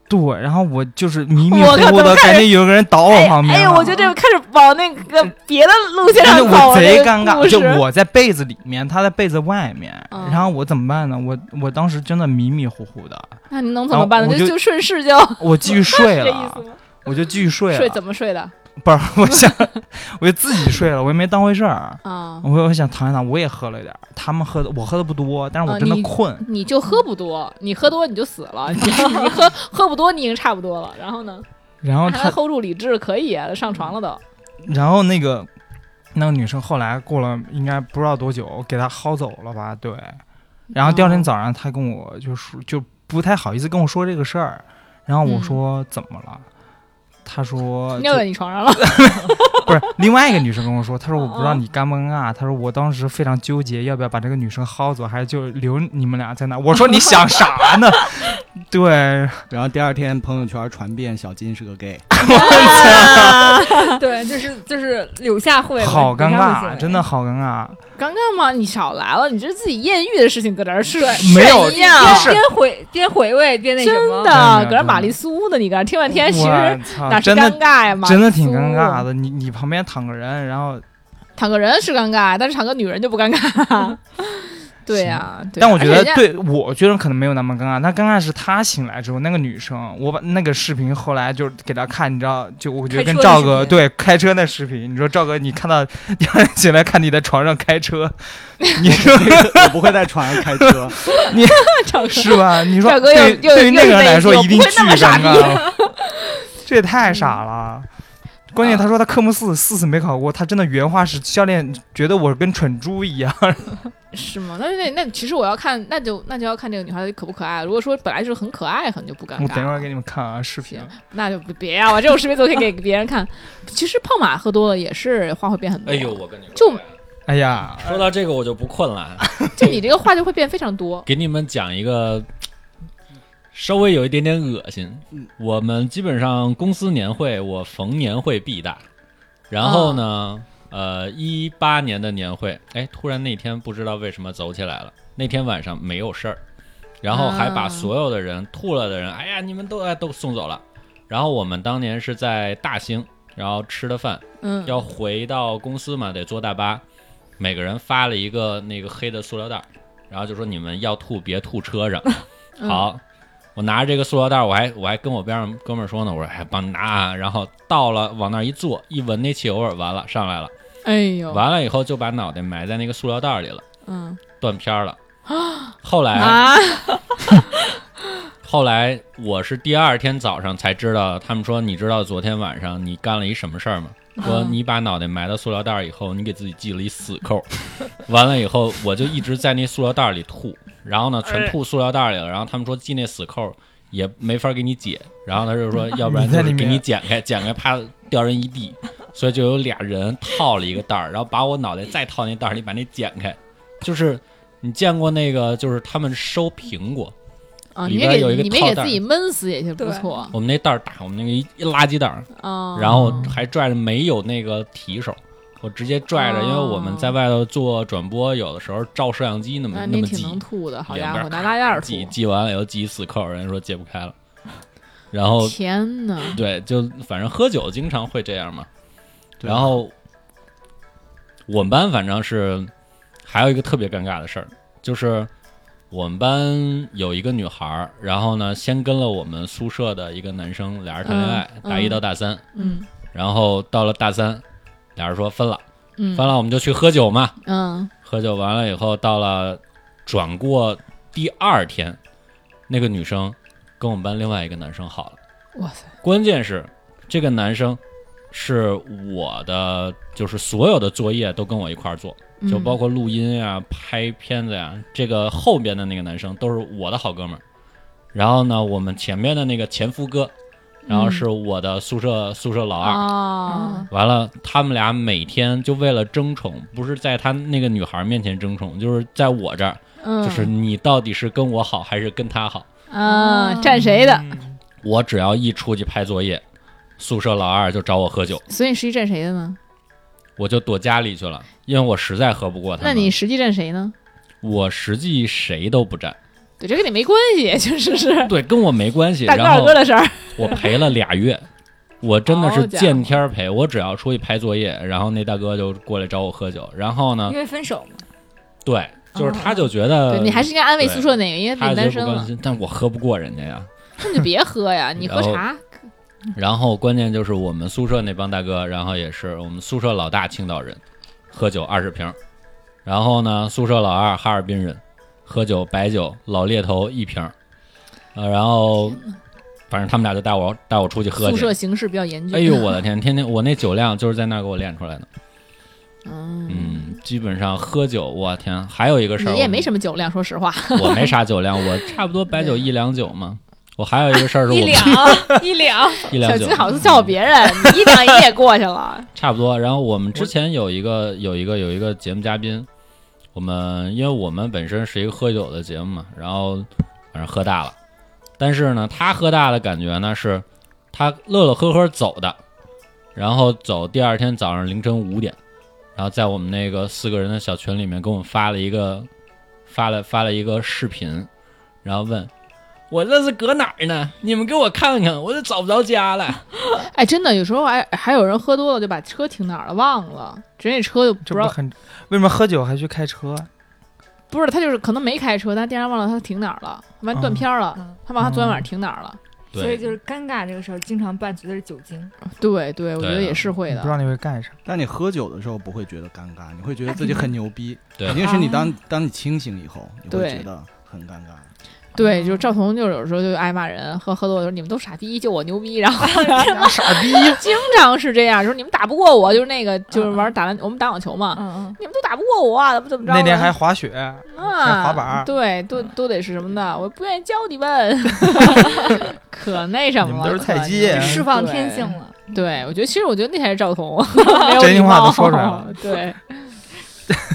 Speaker 4: 对，然后我就是迷迷
Speaker 1: 我靠
Speaker 4: 糊糊
Speaker 1: 怎么
Speaker 4: 的，
Speaker 1: 开
Speaker 4: 感
Speaker 1: 始
Speaker 4: 觉有个人倒我
Speaker 1: 哎
Speaker 4: 旁边
Speaker 1: 哎
Speaker 4: 了。
Speaker 1: 呦，我觉得这个开始往那个别的路线
Speaker 4: 真
Speaker 1: 上
Speaker 4: 的
Speaker 1: 走了，
Speaker 4: 我贼
Speaker 1: 这个
Speaker 4: 尴尬，
Speaker 1: 故
Speaker 4: 就
Speaker 1: 事
Speaker 4: 我在被子里面，他在被子外面，
Speaker 1: 嗯
Speaker 4: 然后我怎么办呢？我我当时真的迷迷糊糊的，
Speaker 1: 那你能怎么办呢？
Speaker 4: 然后
Speaker 1: 就
Speaker 4: 我就
Speaker 1: 就顺势就
Speaker 4: 我继续睡
Speaker 1: 是这意
Speaker 4: 了
Speaker 1: 思，吗？
Speaker 4: 我就继续睡了，
Speaker 1: 睡怎么睡的
Speaker 4: 不是，我想我就自己睡了，我也没当回事儿。
Speaker 1: 啊？
Speaker 4: 我我想躺一躺，我也喝了一点儿，他们喝的我喝的不多，但是
Speaker 1: 啊
Speaker 4: 我真的
Speaker 1: 你
Speaker 4: 困。
Speaker 1: 你就喝不多，你喝多你就死了，你你喝喝不多你已经差不多了。然后呢，
Speaker 4: 然后
Speaker 1: 还能
Speaker 4: 他，
Speaker 1: hold 住理智，可以啊上床了都。
Speaker 4: 然后那个那个女生后来过了应该不知道多久，我给她薅走了吧？对。
Speaker 1: 嗯
Speaker 4: 然后第二
Speaker 1: 哦
Speaker 4: 天早上，她跟我就说就不太好意思跟我说这个事儿，然后我
Speaker 1: 嗯
Speaker 4: 说怎么了？她说
Speaker 1: 尿
Speaker 4: 就
Speaker 1: 在你床上了，
Speaker 4: 不是，另外一个女生跟我说，她说我不知道
Speaker 1: 哦
Speaker 4: 你尴不尴尬，她说我当时非常纠结，要不要把这个女生薅走，还是就留你们俩在那。 我说你想啥呢？对，
Speaker 6: 然后第二天朋友圈传遍小金是个 gay，
Speaker 5: 对，就是就是柳下惠，
Speaker 4: 好尴
Speaker 5: 柳下惠行
Speaker 4: 尬，啊
Speaker 5: 为
Speaker 4: 真的好尴尬。啊
Speaker 1: 尴尬吗？你少来了，你这自己艳遇的事情搁这儿说，
Speaker 4: 没有
Speaker 1: 炫耀
Speaker 4: 不
Speaker 5: 边
Speaker 4: 是
Speaker 5: 边回边回味边那什
Speaker 1: 真
Speaker 5: 么，
Speaker 1: 的
Speaker 4: 哎呀
Speaker 1: 搁这玛丽苏呢，你搁这听半天，其实
Speaker 4: 我操，
Speaker 1: 哪是
Speaker 4: 真
Speaker 1: 尴
Speaker 4: 的
Speaker 1: 尬呀？玛丽
Speaker 4: 真的挺尴
Speaker 1: 苏
Speaker 4: 尬的。你你旁边躺个人，然后
Speaker 1: 躺个人是尴尬，但是躺个女人就不尴 尬。对呀、对啊
Speaker 4: 但我觉
Speaker 1: 而且
Speaker 4: 得
Speaker 1: 人家
Speaker 4: 对我觉得可能没有那么尴尬，但尴尬是她醒来之后，那个女生，我把那个视频后来就给她看，你知道，就我觉得
Speaker 5: 开
Speaker 4: 跟
Speaker 5: 车的
Speaker 4: 赵
Speaker 5: 视
Speaker 4: 哥
Speaker 5: 频
Speaker 4: 对开车那视频，你说赵哥，你看到第二天起来看你在床上开车，你说
Speaker 6: 我不会在 床上开车，
Speaker 1: 赵哥
Speaker 4: 是吧？你说
Speaker 1: 赵哥又
Speaker 4: 对
Speaker 1: 又
Speaker 4: 对于
Speaker 1: 又
Speaker 4: 那个人来说
Speaker 1: 又
Speaker 4: 一定
Speaker 1: 不
Speaker 4: 巨
Speaker 1: 会那么傻嗯
Speaker 4: 尴尬了， 这也太傻了。关键他说他科目四四次没考过，他真的原话是教练觉得我跟蠢猪一样。
Speaker 1: 是吗？那那那其实我要看，那就那就要看这个女孩子可不可爱。如果说本来就是很可爱，可能就不尴
Speaker 4: 我
Speaker 1: 尬。
Speaker 4: 等一会儿给你们看啊视频
Speaker 1: 行。那就不别啊！我这种视频都可以给别人看。其实胖马喝多了也是话会变很多。
Speaker 2: 哎呦，，我跟你说，
Speaker 1: 就
Speaker 4: 哎呀，
Speaker 2: 说到这个我就不困了，
Speaker 1: 就你这个话就会变非常多。
Speaker 2: 给你们讲一个稍微有一点点恶心。我们基本上公司年会，我逢年会必大。然后呢，呃，一八年的年会，哎，突然那天不知道为什么走起来了。那天晚上没有事儿，然后还把
Speaker 1: 啊
Speaker 2: 所有的人、吐了的人，哎呀，你们都哎都送走了。然后我们当年是在大兴，然后吃的饭，
Speaker 1: 嗯，
Speaker 2: 要回到公司嘛，得坐大巴，每个人发了一个那个黑的塑料袋儿，然后就说你们要吐别吐车上。
Speaker 1: 嗯，
Speaker 2: 好，我拿着这个塑料袋儿，我还我还跟我边上哥们儿说呢，我说哎帮你拿啊，然后到了往那儿一坐，一闻那汽油味儿，完了上来了，
Speaker 1: 哎呦，
Speaker 2: 完了以后就把脑袋埋在那个塑料袋儿里了，
Speaker 1: 嗯
Speaker 2: 断片儿了。后来
Speaker 1: 啊，
Speaker 2: 后来我是第二天早上才知道，他们说你知道昨天晚上你干了一什么事儿吗？说
Speaker 1: 嗯
Speaker 2: 你把脑袋埋到塑料袋儿以后，你给自己系了一死扣， 完了以后我就一直在那塑料袋儿里吐，然后呢全吐塑料袋儿里了，然后他们说系那死扣也没法给你解，然后他就说要不然
Speaker 4: 你在
Speaker 2: 就是
Speaker 4: 里
Speaker 2: 给
Speaker 4: 面
Speaker 2: 你剪开，剪开怕掉人一地，所以就有俩人套了一个袋儿，然后把我脑袋再套那袋儿里把那剪开，就是你见过那个就是他们收苹果，
Speaker 1: 啊，
Speaker 2: 里
Speaker 1: 你别
Speaker 2: 边有
Speaker 1: 给
Speaker 2: 一个
Speaker 1: 你没
Speaker 2: 套
Speaker 1: 给
Speaker 2: 袋
Speaker 1: 自己闷死也就不
Speaker 5: 对
Speaker 1: 错
Speaker 2: 我们那袋儿大，我们那个一一垃圾袋儿，
Speaker 1: 啊。
Speaker 2: 然后还拽着没有那个提手，我直接拽着，因为
Speaker 1: 哦
Speaker 2: 我们在外头做转播，有的时候照摄像机那么
Speaker 1: 那
Speaker 2: 那
Speaker 1: 你
Speaker 2: 么
Speaker 1: 挺
Speaker 2: 挤
Speaker 1: 能，吐的，好
Speaker 2: 两
Speaker 1: 家
Speaker 2: 边
Speaker 1: 伙，
Speaker 2: 儿
Speaker 1: 拿大样儿
Speaker 2: 挤
Speaker 1: 吐。
Speaker 2: 挤完了以后挤死扣，人家说解不开了，然后
Speaker 1: 天哪！
Speaker 2: 对，就反正喝酒经常会这样嘛。
Speaker 6: 对
Speaker 2: 然后我们班反正是还有一个特别尴尬的事儿，就是我们班有一个女孩儿，然后呢先跟了我们宿舍的一个男生，俩人谈恋爱，
Speaker 1: 嗯
Speaker 2: 大
Speaker 1: 嗯
Speaker 2: 一到大三，
Speaker 1: 嗯
Speaker 2: 然后到了大三，俩人说分了，
Speaker 1: 嗯
Speaker 2: 分了我们就去喝酒嘛。
Speaker 1: 嗯
Speaker 2: 喝酒完了以后，到了转过第二天，那个女生跟我们班另外一个男生好了。
Speaker 1: 哇塞！
Speaker 2: 关键是这个男生是我的，就是所有的作业都跟我一块儿做，
Speaker 1: 嗯
Speaker 2: 就包括录音呀、拍片子呀、这个后边的那个男生都是我的好哥们儿。然后呢，我们前面的那个前夫哥，然后是我的宿舍宿舍老二。
Speaker 1: 啊，
Speaker 2: 完了，他们俩每天就为了争宠，不是在他那个女孩面前争宠，就是在我这儿，
Speaker 1: 嗯，
Speaker 2: 就是你到底是跟我好还是跟他好？
Speaker 1: 啊，占谁
Speaker 4: 嗯
Speaker 1: 的？
Speaker 2: 我只要一出去拍作业，宿舍老二就找我喝酒，
Speaker 1: 所以你实际占谁的呢？
Speaker 2: 我就躲家里去了，因为我实在喝不过他
Speaker 1: 那
Speaker 2: 们。
Speaker 1: 你实际占谁呢？
Speaker 2: 我实际谁都不占，
Speaker 1: 对，这跟你没关系， 就是是
Speaker 2: 对，跟我没关系。
Speaker 1: 大哥
Speaker 2: 然
Speaker 1: 二
Speaker 2: 后
Speaker 1: 哥的事儿。
Speaker 2: 我陪了俩月，我真的
Speaker 1: 好
Speaker 2: 是
Speaker 1: 家伙
Speaker 2: 见天儿陪。我只要出去拍作业，然后那大哥就过来找我喝酒。然后呢
Speaker 5: 因，为分手嘛，
Speaker 2: 对，就是他就觉
Speaker 1: 哦对
Speaker 2: 得
Speaker 1: 你还是应该安慰
Speaker 2: 呃对
Speaker 1: 宿舍那个，因为
Speaker 2: 他
Speaker 1: 你
Speaker 2: 就
Speaker 1: 单
Speaker 2: 觉
Speaker 1: 身
Speaker 2: 得不
Speaker 1: 了
Speaker 2: 甘，心，但我喝不过人家呀。
Speaker 1: 那就别喝呀，你喝
Speaker 2: 然后
Speaker 1: 茶。
Speaker 2: 然后关键就是我们宿舍那帮大哥，然后也是我们宿舍老大青岛人，喝酒二十瓶，然后呢宿舍老二哈尔滨人，喝酒白酒老猎头一瓶，呃，然后反正他们俩就带我带我出去喝
Speaker 1: 宿
Speaker 2: 去
Speaker 1: 舍。形势比较严峻。啊
Speaker 2: 哎呦我的天，天天我那酒量就是在那儿给我练出来的。
Speaker 1: 嗯，
Speaker 2: 嗯，基本上喝酒，我天，还有一个事儿，
Speaker 1: 你也没什么酒量，说实话，
Speaker 2: 么，我没 啥酒量，我差不多白酒一两酒嘛。我还有一个事儿是我
Speaker 1: 一两 一两，
Speaker 2: 一两
Speaker 1: 小
Speaker 2: 酒
Speaker 1: 金，好像笑别人，你一两你也过去了。
Speaker 2: 差不多。然后我们之前有一个有一个有一个节目嘉宾，我们因为我们本身是一个喝酒的节目嘛，然后反正喝大了，但是呢，他喝大的感觉呢是，他乐乐呵呵走的，然后走第二天早上凌晨五点，然后在我们那个四个人的小群里面给我们发了一个发了发了一个视频，然后问。我这是搁哪儿呢？你们给我看看，我都找不着家了。
Speaker 1: 哎，真的，有时候还还有人喝多了就把车停哪儿了忘了，人家车就不
Speaker 4: 这
Speaker 1: 知
Speaker 4: 不
Speaker 1: 道，
Speaker 4: 很为什么喝酒还去开车？
Speaker 1: 不是他就是可能没开车，但第二天忘了他停哪儿了，完断片儿了
Speaker 5: 嗯，
Speaker 1: 他忘了他昨天晚上停哪儿了。
Speaker 2: 对
Speaker 5: 所以就是尴尬这个时候，经常伴随的是酒精。
Speaker 1: 对对，我觉得
Speaker 2: 对
Speaker 1: 也是会
Speaker 4: 你不
Speaker 1: 的
Speaker 4: 知。道你会干啥？
Speaker 6: 但你喝酒的时候不会觉得尴尬，你会觉得自己很牛逼。
Speaker 2: 对
Speaker 6: 肯定是你
Speaker 5: 啊
Speaker 6: 当当你清醒以后，你会
Speaker 1: 对
Speaker 6: 觉得很尴尬。
Speaker 1: 对，就是赵彤，就是有时候就爱骂人，喝喝多了说你们都傻逼，就我牛逼，然后傻逼，经常是这样，说你们打不过我，就是那个就是玩打篮，我们打网球嘛，
Speaker 5: 嗯
Speaker 1: 你们都打不过我，啊怎么怎么着的？
Speaker 4: 那天还滑雪，
Speaker 1: 啊，
Speaker 4: 滑板儿
Speaker 1: 对，都都得是什么的，我不愿意教你们， 可那什么
Speaker 4: 你
Speaker 1: 了，
Speaker 4: 们都是菜
Speaker 1: 可
Speaker 4: 鸡
Speaker 5: 嗯，
Speaker 4: 嗯
Speaker 5: 释放天性。了。
Speaker 1: 对对，我觉得其实我觉得那才是赵 彤，没有
Speaker 4: 真
Speaker 1: 礼
Speaker 4: 心话都
Speaker 1: 貌
Speaker 4: 说出来了。
Speaker 1: 对，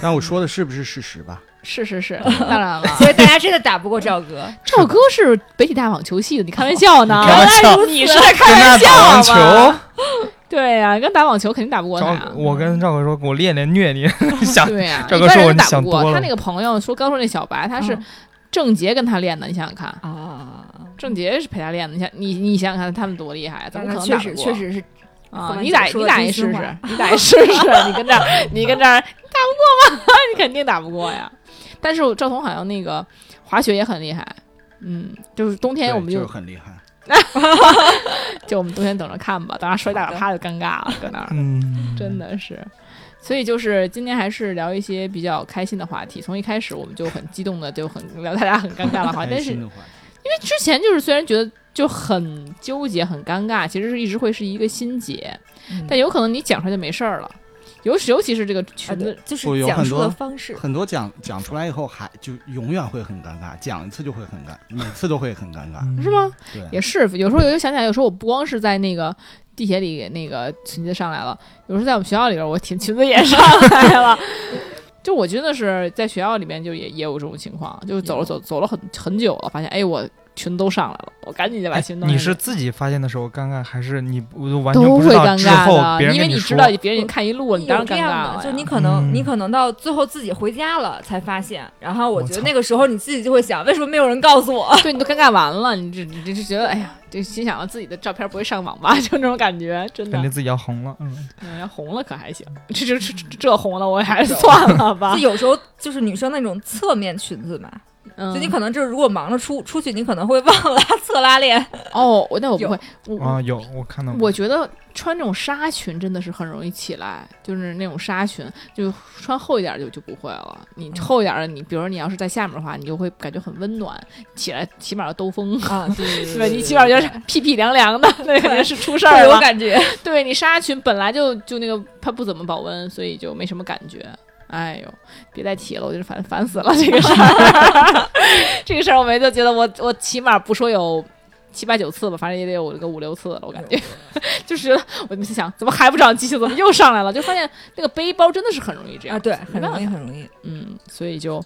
Speaker 6: 但我说的是不是事实吧？
Speaker 1: 是是是，当然了。
Speaker 5: 所以大家真的打不过赵哥，
Speaker 1: 嗯 赵哥是北体大网球系的，你开玩笑呢？
Speaker 4: 你开玩笑
Speaker 1: 你是在开
Speaker 4: 跟他
Speaker 1: 玩笑
Speaker 4: 打网
Speaker 1: 吧
Speaker 4: 球，
Speaker 1: 对呀、跟打网球肯定打不过他
Speaker 4: 赵。我跟赵哥说，给我练练 虐你，想
Speaker 1: 对呀、
Speaker 4: 赵
Speaker 1: 一
Speaker 4: 哥
Speaker 1: 般
Speaker 4: 说我
Speaker 1: 人打
Speaker 4: 想
Speaker 1: 不过
Speaker 4: 多
Speaker 1: 他
Speaker 4: 了
Speaker 1: 那个朋友说，刚说那小白，他是
Speaker 5: 嗯
Speaker 1: 郑杰跟他练的，你想想看，
Speaker 5: 啊，
Speaker 1: 郑杰是陪他练的，你想你你想想看，他们多厉害啊，怎
Speaker 5: 但
Speaker 1: 么可能
Speaker 5: 他确
Speaker 1: 打得
Speaker 5: 实
Speaker 1: 过？
Speaker 5: 确实是
Speaker 1: 啊
Speaker 5: 后，面
Speaker 1: 你打
Speaker 5: 就说
Speaker 1: 你
Speaker 5: 了
Speaker 1: 打
Speaker 5: 真
Speaker 1: 一
Speaker 5: 心
Speaker 1: 试试
Speaker 5: 话，
Speaker 1: 你打一试试， 你跟这儿你跟这儿你打不过吗？ 你肯定打不过呀。但是我赵彤好像那个滑雪也很厉害，嗯，就是冬天我们
Speaker 6: 对就
Speaker 1: 就是
Speaker 6: 很厉害。
Speaker 1: 就我们冬天等着看吧，等他摔大了趴就尴尬了，搁那儿
Speaker 4: 嗯，
Speaker 1: 真的是。所以就是今天还是聊一些比较开心的话题。从一开始我们就很激动的，就很聊大家很尴尬的话题，
Speaker 6: 开
Speaker 1: 但是
Speaker 6: 心的话，
Speaker 1: 之前就是虽然觉得就很纠结、很尴尬，其实是一直会是一个心结，
Speaker 5: 嗯
Speaker 1: 但有可能你讲出来就没事儿了。尤其尤其是这个
Speaker 5: 啊
Speaker 1: 裙
Speaker 5: 对
Speaker 1: 子，
Speaker 5: 就是
Speaker 6: 我有
Speaker 5: 讲
Speaker 6: 很
Speaker 5: 述
Speaker 6: 多
Speaker 5: 的方式。
Speaker 6: 很多讲讲出来以后还就永远会很尴尬，讲一次就会很尴，每次都会很尴尬。
Speaker 4: 嗯
Speaker 1: 是
Speaker 4: 哎
Speaker 1: 吗？
Speaker 6: 对，
Speaker 1: 嗯也是，有时候我就想起来，有时候我不光是在那个地铁里那个裙子上来了，有时候在我们学校里边，我裙裙子也上来 了。就我真的是在学校里面就也也有这种情况，就是走了走走了很很久了，发现哎我裙都上来了，我赶紧就把
Speaker 4: 哎
Speaker 1: 裙弄上去。
Speaker 4: 你是自己发现的时候尴尬，还是你不完全
Speaker 1: 都
Speaker 4: 不知
Speaker 1: 会
Speaker 4: 道
Speaker 1: 尴
Speaker 4: 之后
Speaker 1: 尬的，
Speaker 4: 别人
Speaker 1: 因为
Speaker 4: 跟
Speaker 1: 知
Speaker 4: 你说
Speaker 1: 道别人看一路了，你当然
Speaker 5: 有这
Speaker 1: 尴
Speaker 5: 样
Speaker 1: 尬
Speaker 5: 的
Speaker 1: 了
Speaker 5: 就
Speaker 1: 呀。
Speaker 5: 你可能、
Speaker 4: 嗯
Speaker 5: 你可能到最后自己回家了才发现，然后我
Speaker 4: 我
Speaker 5: 觉得
Speaker 4: 操
Speaker 5: 那个时候你自己就会想，为什么没有人告诉我？
Speaker 1: 对你都尴尬完了，你这你这是觉得哎呀，这心想着自己的照片不会上网吧，就那种感觉，真的
Speaker 4: 感觉。自己要红了，嗯，
Speaker 1: 嗯要红了可还行，这这这这这红了，我还是算了吧
Speaker 5: 就。有时候就是女生那种侧面裙子嘛，
Speaker 1: 嗯
Speaker 5: 就你可能就是如果忙着出出去，你可能会忘了侧拉链。
Speaker 1: 哦，我那我不会，我
Speaker 4: 啊，有我看到过，
Speaker 1: 我觉得穿这种纱裙真的是很容易起来，就是那种纱裙，就穿厚一点就就不会了。你厚一点的，你比如说你要是在下面的话，你就会感觉很温暖，起来起码要兜风。
Speaker 5: 啊，对对
Speaker 1: 对，你起码就是屁屁凉凉的，那肯定是出事
Speaker 5: 特
Speaker 1: 儿
Speaker 5: 别有
Speaker 1: 了。
Speaker 5: 感觉。
Speaker 1: 对你纱裙本来就就那个，它不怎么保温，所以就没什么感觉。哎呦，别再提了，我就是烦烦死了这个事 儿。 这个事儿我没就觉得我我起码不说有七八九次吧，反正也得有个五六次了，我感觉。 就是觉得我就想，怎么还不长记性？怎么又上来了？就发现那个背包真的是很容易这样
Speaker 5: 啊，对，
Speaker 1: 没
Speaker 5: 很
Speaker 1: 办
Speaker 5: 容易，
Speaker 1: 法
Speaker 5: 很容易。
Speaker 1: 嗯，所以就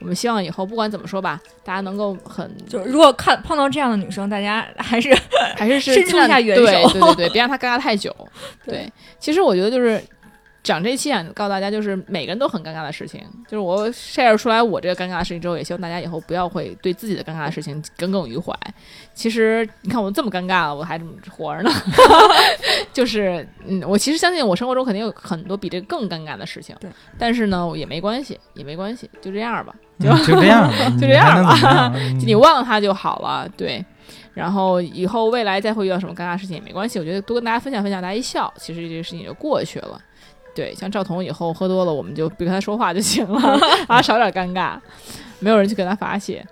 Speaker 1: 我们希望以后不管怎么说吧，大家能够很
Speaker 5: 就如果看碰到这样的女生，大家还是
Speaker 1: 还是是
Speaker 5: 伸出一下援手
Speaker 1: 对对对对，别让他尴尬太久。对，其实我觉得就是讲这期想告诉大家，就是每个人都很尴尬的事情。就是我 share 出来我这个尴尬的事情之后，也希望大家以后不要会对自己的尴尬的事情耿耿于怀。其实你看我这么尴尬了，我还这么活 着呢。就是嗯，我其实相信我生活中肯定有很多比这个更尴尬的事情
Speaker 5: 对，
Speaker 1: 但是呢也没关系，也没关系，就这样吧。
Speaker 4: 嗯就这 样嗯吧，
Speaker 1: 就
Speaker 4: 就
Speaker 1: 这样吧
Speaker 4: 吧，
Speaker 1: 就 你
Speaker 4: 嗯
Speaker 1: 忘了它就好了，对。然后以后未来再会遇到什么尴尬事情也没关系，我觉得多跟大家分享分享，大家一笑，其实这个事情也就过去了。对，像赵彤以后喝多了，我们就别跟他说话就行了，让他少点尴尬，没有人去跟他发泄。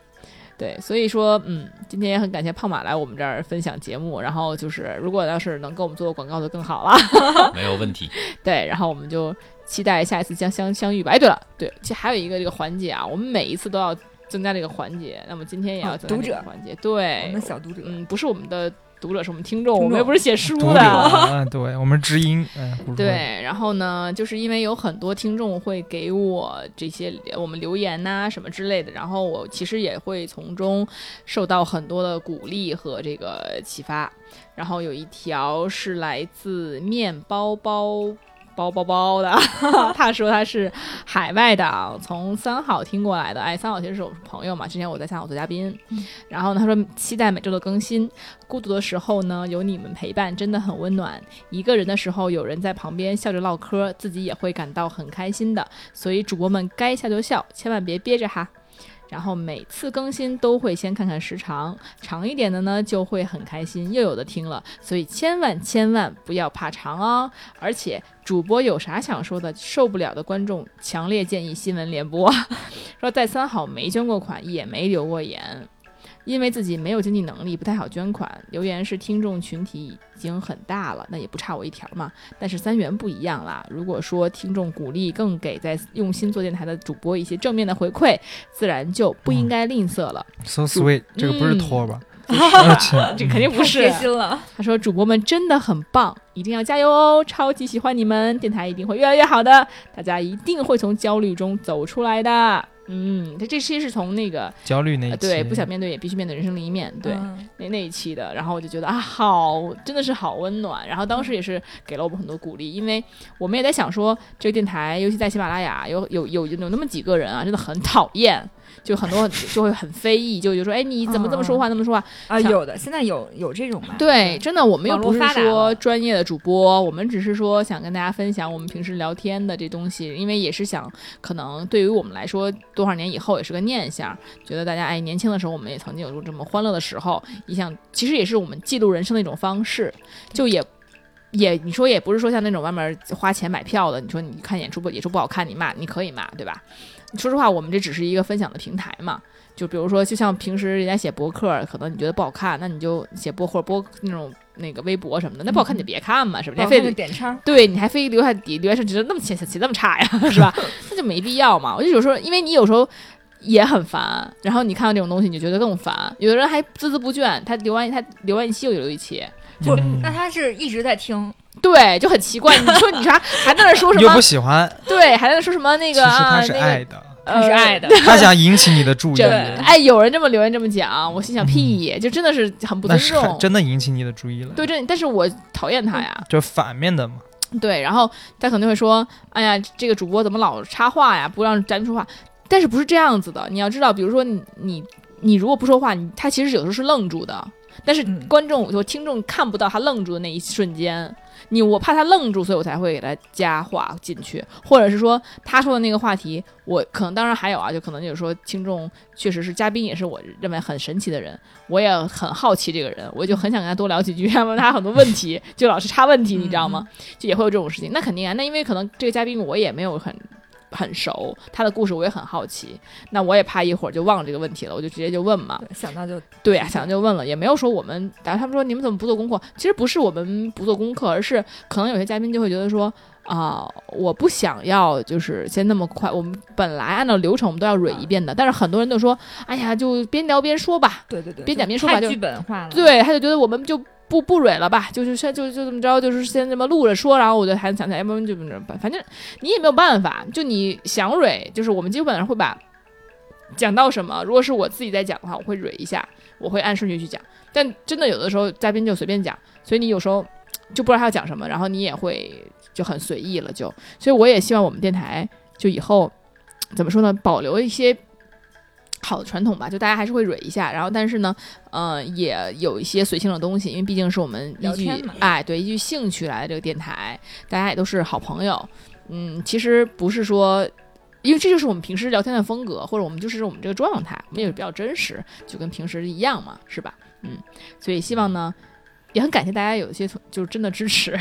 Speaker 1: 对，所以说，嗯，今天也很感谢胖马来我们这儿分享节目，然后就是如果要是能给我们做个广告就更好了。
Speaker 2: 没有问 题。
Speaker 1: 对，然后我们就期待下一次将相相遇吧。哎，对了，对，其实还有一个这个环节啊，我们每一次都要增加这个环节，那么今天也要
Speaker 5: 哦
Speaker 1: 增加
Speaker 5: 读
Speaker 1: 这个
Speaker 5: 者
Speaker 1: 环节。
Speaker 5: 我
Speaker 1: 对
Speaker 5: 们，小读者，
Speaker 1: 嗯，不是我们的读者，是我们听众，
Speaker 5: 听
Speaker 1: 我们又
Speaker 5: 众
Speaker 1: 不是写书
Speaker 4: 读者
Speaker 1: 的。
Speaker 4: 啊，对我们知音，嗯，不是
Speaker 1: 对，然后呢，就是因为有很多听众会给我这些我们留言呐、什么之类的，然后我其实也会从中受到很多的鼓励和这个启发。然后有一条是来自面包包。包包包的， 他说他是海外的，啊从三好听过来的。哎，三好其实是我朋友嘛，之前我在三好做嘉宾。然后呢，他说期待每周的更新，孤独的时候呢，有你们陪伴真的很温暖。一个人的时候，有人在旁边笑着唠嗑，自己也会感到很开心的。所以主播们该笑就笑，千万别憋着哈。然后每次更新都会先看看时长，长一点的呢就会很开心，又有的听了。所以千万千万不要怕长哦。而且主播有啥想说的，受不了的观众强烈建议新闻联播。 说在三好没捐过款，也没留过言。因为自己没有经济能力，不太好捐款。留言是听众群体已经很大了，那也不差我一条嘛。但是三元不一样啦。如果说听众鼓励，更给在用心做电台的主播一些正面的回馈，自然就不应该吝啬了。
Speaker 4: so sweet，这个不是 托吧？
Speaker 1: 嗯
Speaker 4: 嗯
Speaker 1: 这肯定不是
Speaker 5: 贴。心了，
Speaker 1: 他说：“主播们真的很棒，一定要加油哦！超级喜欢你们，电台一定会越来越好的，大家一定会从焦虑中走出来的。”嗯，这这期是从那个、
Speaker 4: 焦虑那一
Speaker 1: 呃
Speaker 4: 期，
Speaker 1: 对不想面对也必须面对人生的一面，对、
Speaker 5: 嗯
Speaker 1: 那那一期的，然后我就觉得啊，好，真的是好温暖。然后当时也是给了我们很多鼓励，因为我们也在想说，这个电台，尤其在喜马拉雅，有有有有那么几个人啊，真的很讨厌，就很多就会很非议，就就说，哎，你怎么这么说话，那么说话？
Speaker 5: 啊，
Speaker 1: 想
Speaker 5: 有的现在有有这种吧？
Speaker 1: 对，，真的，我们又
Speaker 5: 网络
Speaker 1: 不是
Speaker 5: 发达
Speaker 1: 说
Speaker 5: 了
Speaker 1: 专业的主播，我们只是说想跟大家分享我们平时聊天的这东西，因为也是想，可能对于我们来说，多少年以后也是个念想，觉得大家哎，年轻的时候我们也曾经有过这么欢乐的时候，也想，其实也是我们记录人生的一种方式，就也。也你说也不是说像那种外面花钱买票的，你说你看演出不演出不好看，你骂你可以骂，对吧？说实话，我们这只是一个分享的平台嘛，就比如说，就像平时人家写博客，可能你觉得不好看，那你就写博或者博那种那个微博什么的，那不好看你就别看嘛，是吧？你还
Speaker 5: 然
Speaker 1: 非
Speaker 5: 后就
Speaker 1: 得
Speaker 5: 点叉，
Speaker 1: 对，你还非留下底留下觉得那么写写那么差呀，是吧？那就没必要嘛。我就有时候，因为你有时候也很烦，然后你看到这种东西你就觉得更烦。有的人还孜孜不倦，他留完他留完一期又留一期，
Speaker 5: 不是
Speaker 4: 嗯，
Speaker 5: 那他是一直在听，
Speaker 1: 对，就很奇怪。你说你啥 还在那说什
Speaker 4: 又不
Speaker 1: 么？
Speaker 4: 喜欢，
Speaker 1: 对，还在那说什么那
Speaker 4: 其实
Speaker 1: 个啊
Speaker 4: 他是
Speaker 1: 那
Speaker 4: 爱
Speaker 1: 个
Speaker 4: 的，
Speaker 5: 他是爱
Speaker 1: 的。
Speaker 5: 的，
Speaker 4: 他想引起你的注意，
Speaker 1: 这哎，有人这么留言这么讲，我心想屁，就真的是很不
Speaker 4: 那
Speaker 1: 尊
Speaker 4: 是很
Speaker 1: 重。
Speaker 4: 真的引起你的注意了，
Speaker 1: 对，这但是我讨厌他呀。
Speaker 4: 就反面的嘛，
Speaker 1: 对，然后他可能会说：“哎呀，这个主播怎么老插话呀？不让咱们说话。”但是不是这样子的？你要知道，比如说你你你如果不说话，你他其实有时候是愣住的，但是
Speaker 5: 嗯
Speaker 1: 观众就听众看不到他愣住的那一瞬间。你我怕他愣住，所以我才会给他加话进去，或者是说他说的那个话题，我可能当然还有啊，就可能就是说听众确实是嘉宾，也是我认为很神奇的人，我也很好奇这个人，我就很想跟他多聊几句，要问他很多问题，就老是插问题，你知道吗？就也会有这种事情。那肯定啊，那因为可能这个嘉宾我也没有很很熟，他的故事我也很好奇，那我也怕一会儿就忘了这个问题了，我就直接就问嘛。
Speaker 5: 对想到就
Speaker 1: 对啊，想就问了，也没有说我们，然后他们说你们怎么不做功课？其实不是我们不做功课，而是可能有些嘉宾就会觉得说。啊、我不想要，就是先那么快。我们本来按照流程我们都要蕊一遍的，但是很多人就说：“哎呀，就边聊边说吧。
Speaker 5: 对对对，
Speaker 1: 边
Speaker 5: 就
Speaker 1: 讲边说吧
Speaker 5: 太
Speaker 1: 就
Speaker 5: 剧本化了，”
Speaker 1: 对，他就觉得我们就不不蕊了吧，就是先就就这么着，就是先这么录着说。然后我就还想起来，要不然就这么着吧，反正你也没有办法，就你想蕊，就是我们基本上会把讲到什么，如果是我自己在讲的话，我会蕊一下，我会按顺序去讲。但真的有的时候嘉宾就随便讲，所以你有时候就不知道他要讲什么，然后你也会就很随意了就。所以我也希望我们电台就以后怎么说呢，保留一些好的传统吧，就大家还是会蕊一下，然后但是呢，呃，也有一些随性的东西，因为毕竟是我们依
Speaker 5: 聊
Speaker 1: 据
Speaker 5: 天嘛
Speaker 1: 哎对依据兴趣来的这个电台，大家也都是好朋友，嗯，其实不是说。因为这就是我们平时聊天的风格，或者我们就是我们这个状态，我们也是比较真实，就跟平时一样嘛，是吧？嗯，所以希望呢，也很感谢大家有一些同就是真的支持，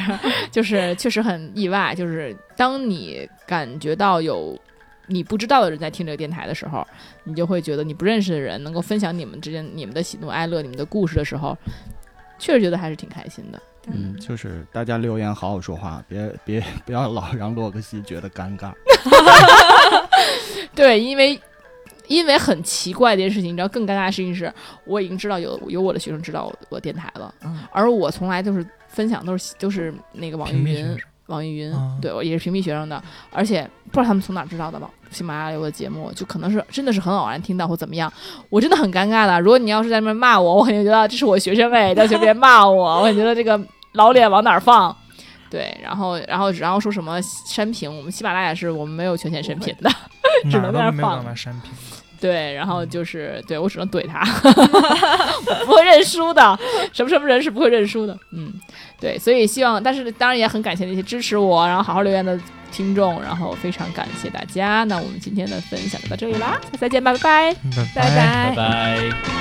Speaker 1: 就是确实很意外，就是当你感觉到有你不知道的人在听这个电台的时候，你就会觉得你不认识的人能够分享你们之间你们的喜怒哀乐、你们的故事的时候，确实觉得还是挺开心的。
Speaker 6: 嗯，就是大家留言好好说话，别别 不要老让洛克西觉得尴尬。
Speaker 1: 对，因为因为很奇怪的一件事情，你知道更尴尬的事情是，我已经知道有有我的学生知道我我电台了，
Speaker 4: 嗯
Speaker 1: 而我从来就是分享都是都是那个网易
Speaker 4: 屏蔽选
Speaker 1: 云
Speaker 4: 手，
Speaker 1: 网易云，
Speaker 4: 啊
Speaker 1: 对我也是屏蔽学生的，而且不知道他们从哪儿知道的吧。喜马拉雅有我的节目，就可能是真的是很偶然听到或怎么样，我真的很尴尬的。如果你要是在那边骂我，我肯定觉得这是我学生哎，要求别人骂我，我肯定觉得这个老脸往哪儿放。对，然后，然后，然后说什么删评？我们喜马拉雅是我们没有权限删评的， 只
Speaker 4: 哪
Speaker 1: 能
Speaker 4: 儿
Speaker 1: 在那
Speaker 4: 都
Speaker 1: 儿
Speaker 4: 没有
Speaker 1: 放
Speaker 4: 办法删屏。
Speaker 1: 对，然后就是对我只能怼他，我不会认输的，什么什么人是不会认输的。嗯，对，所以希望，但是当然也很感谢那些支持我，然后好好留言的听众，然后非常感谢大家。那我们今天的分享就到这里啦，下次再见吧，拜拜。
Speaker 4: 拜
Speaker 1: 拜
Speaker 2: 拜拜。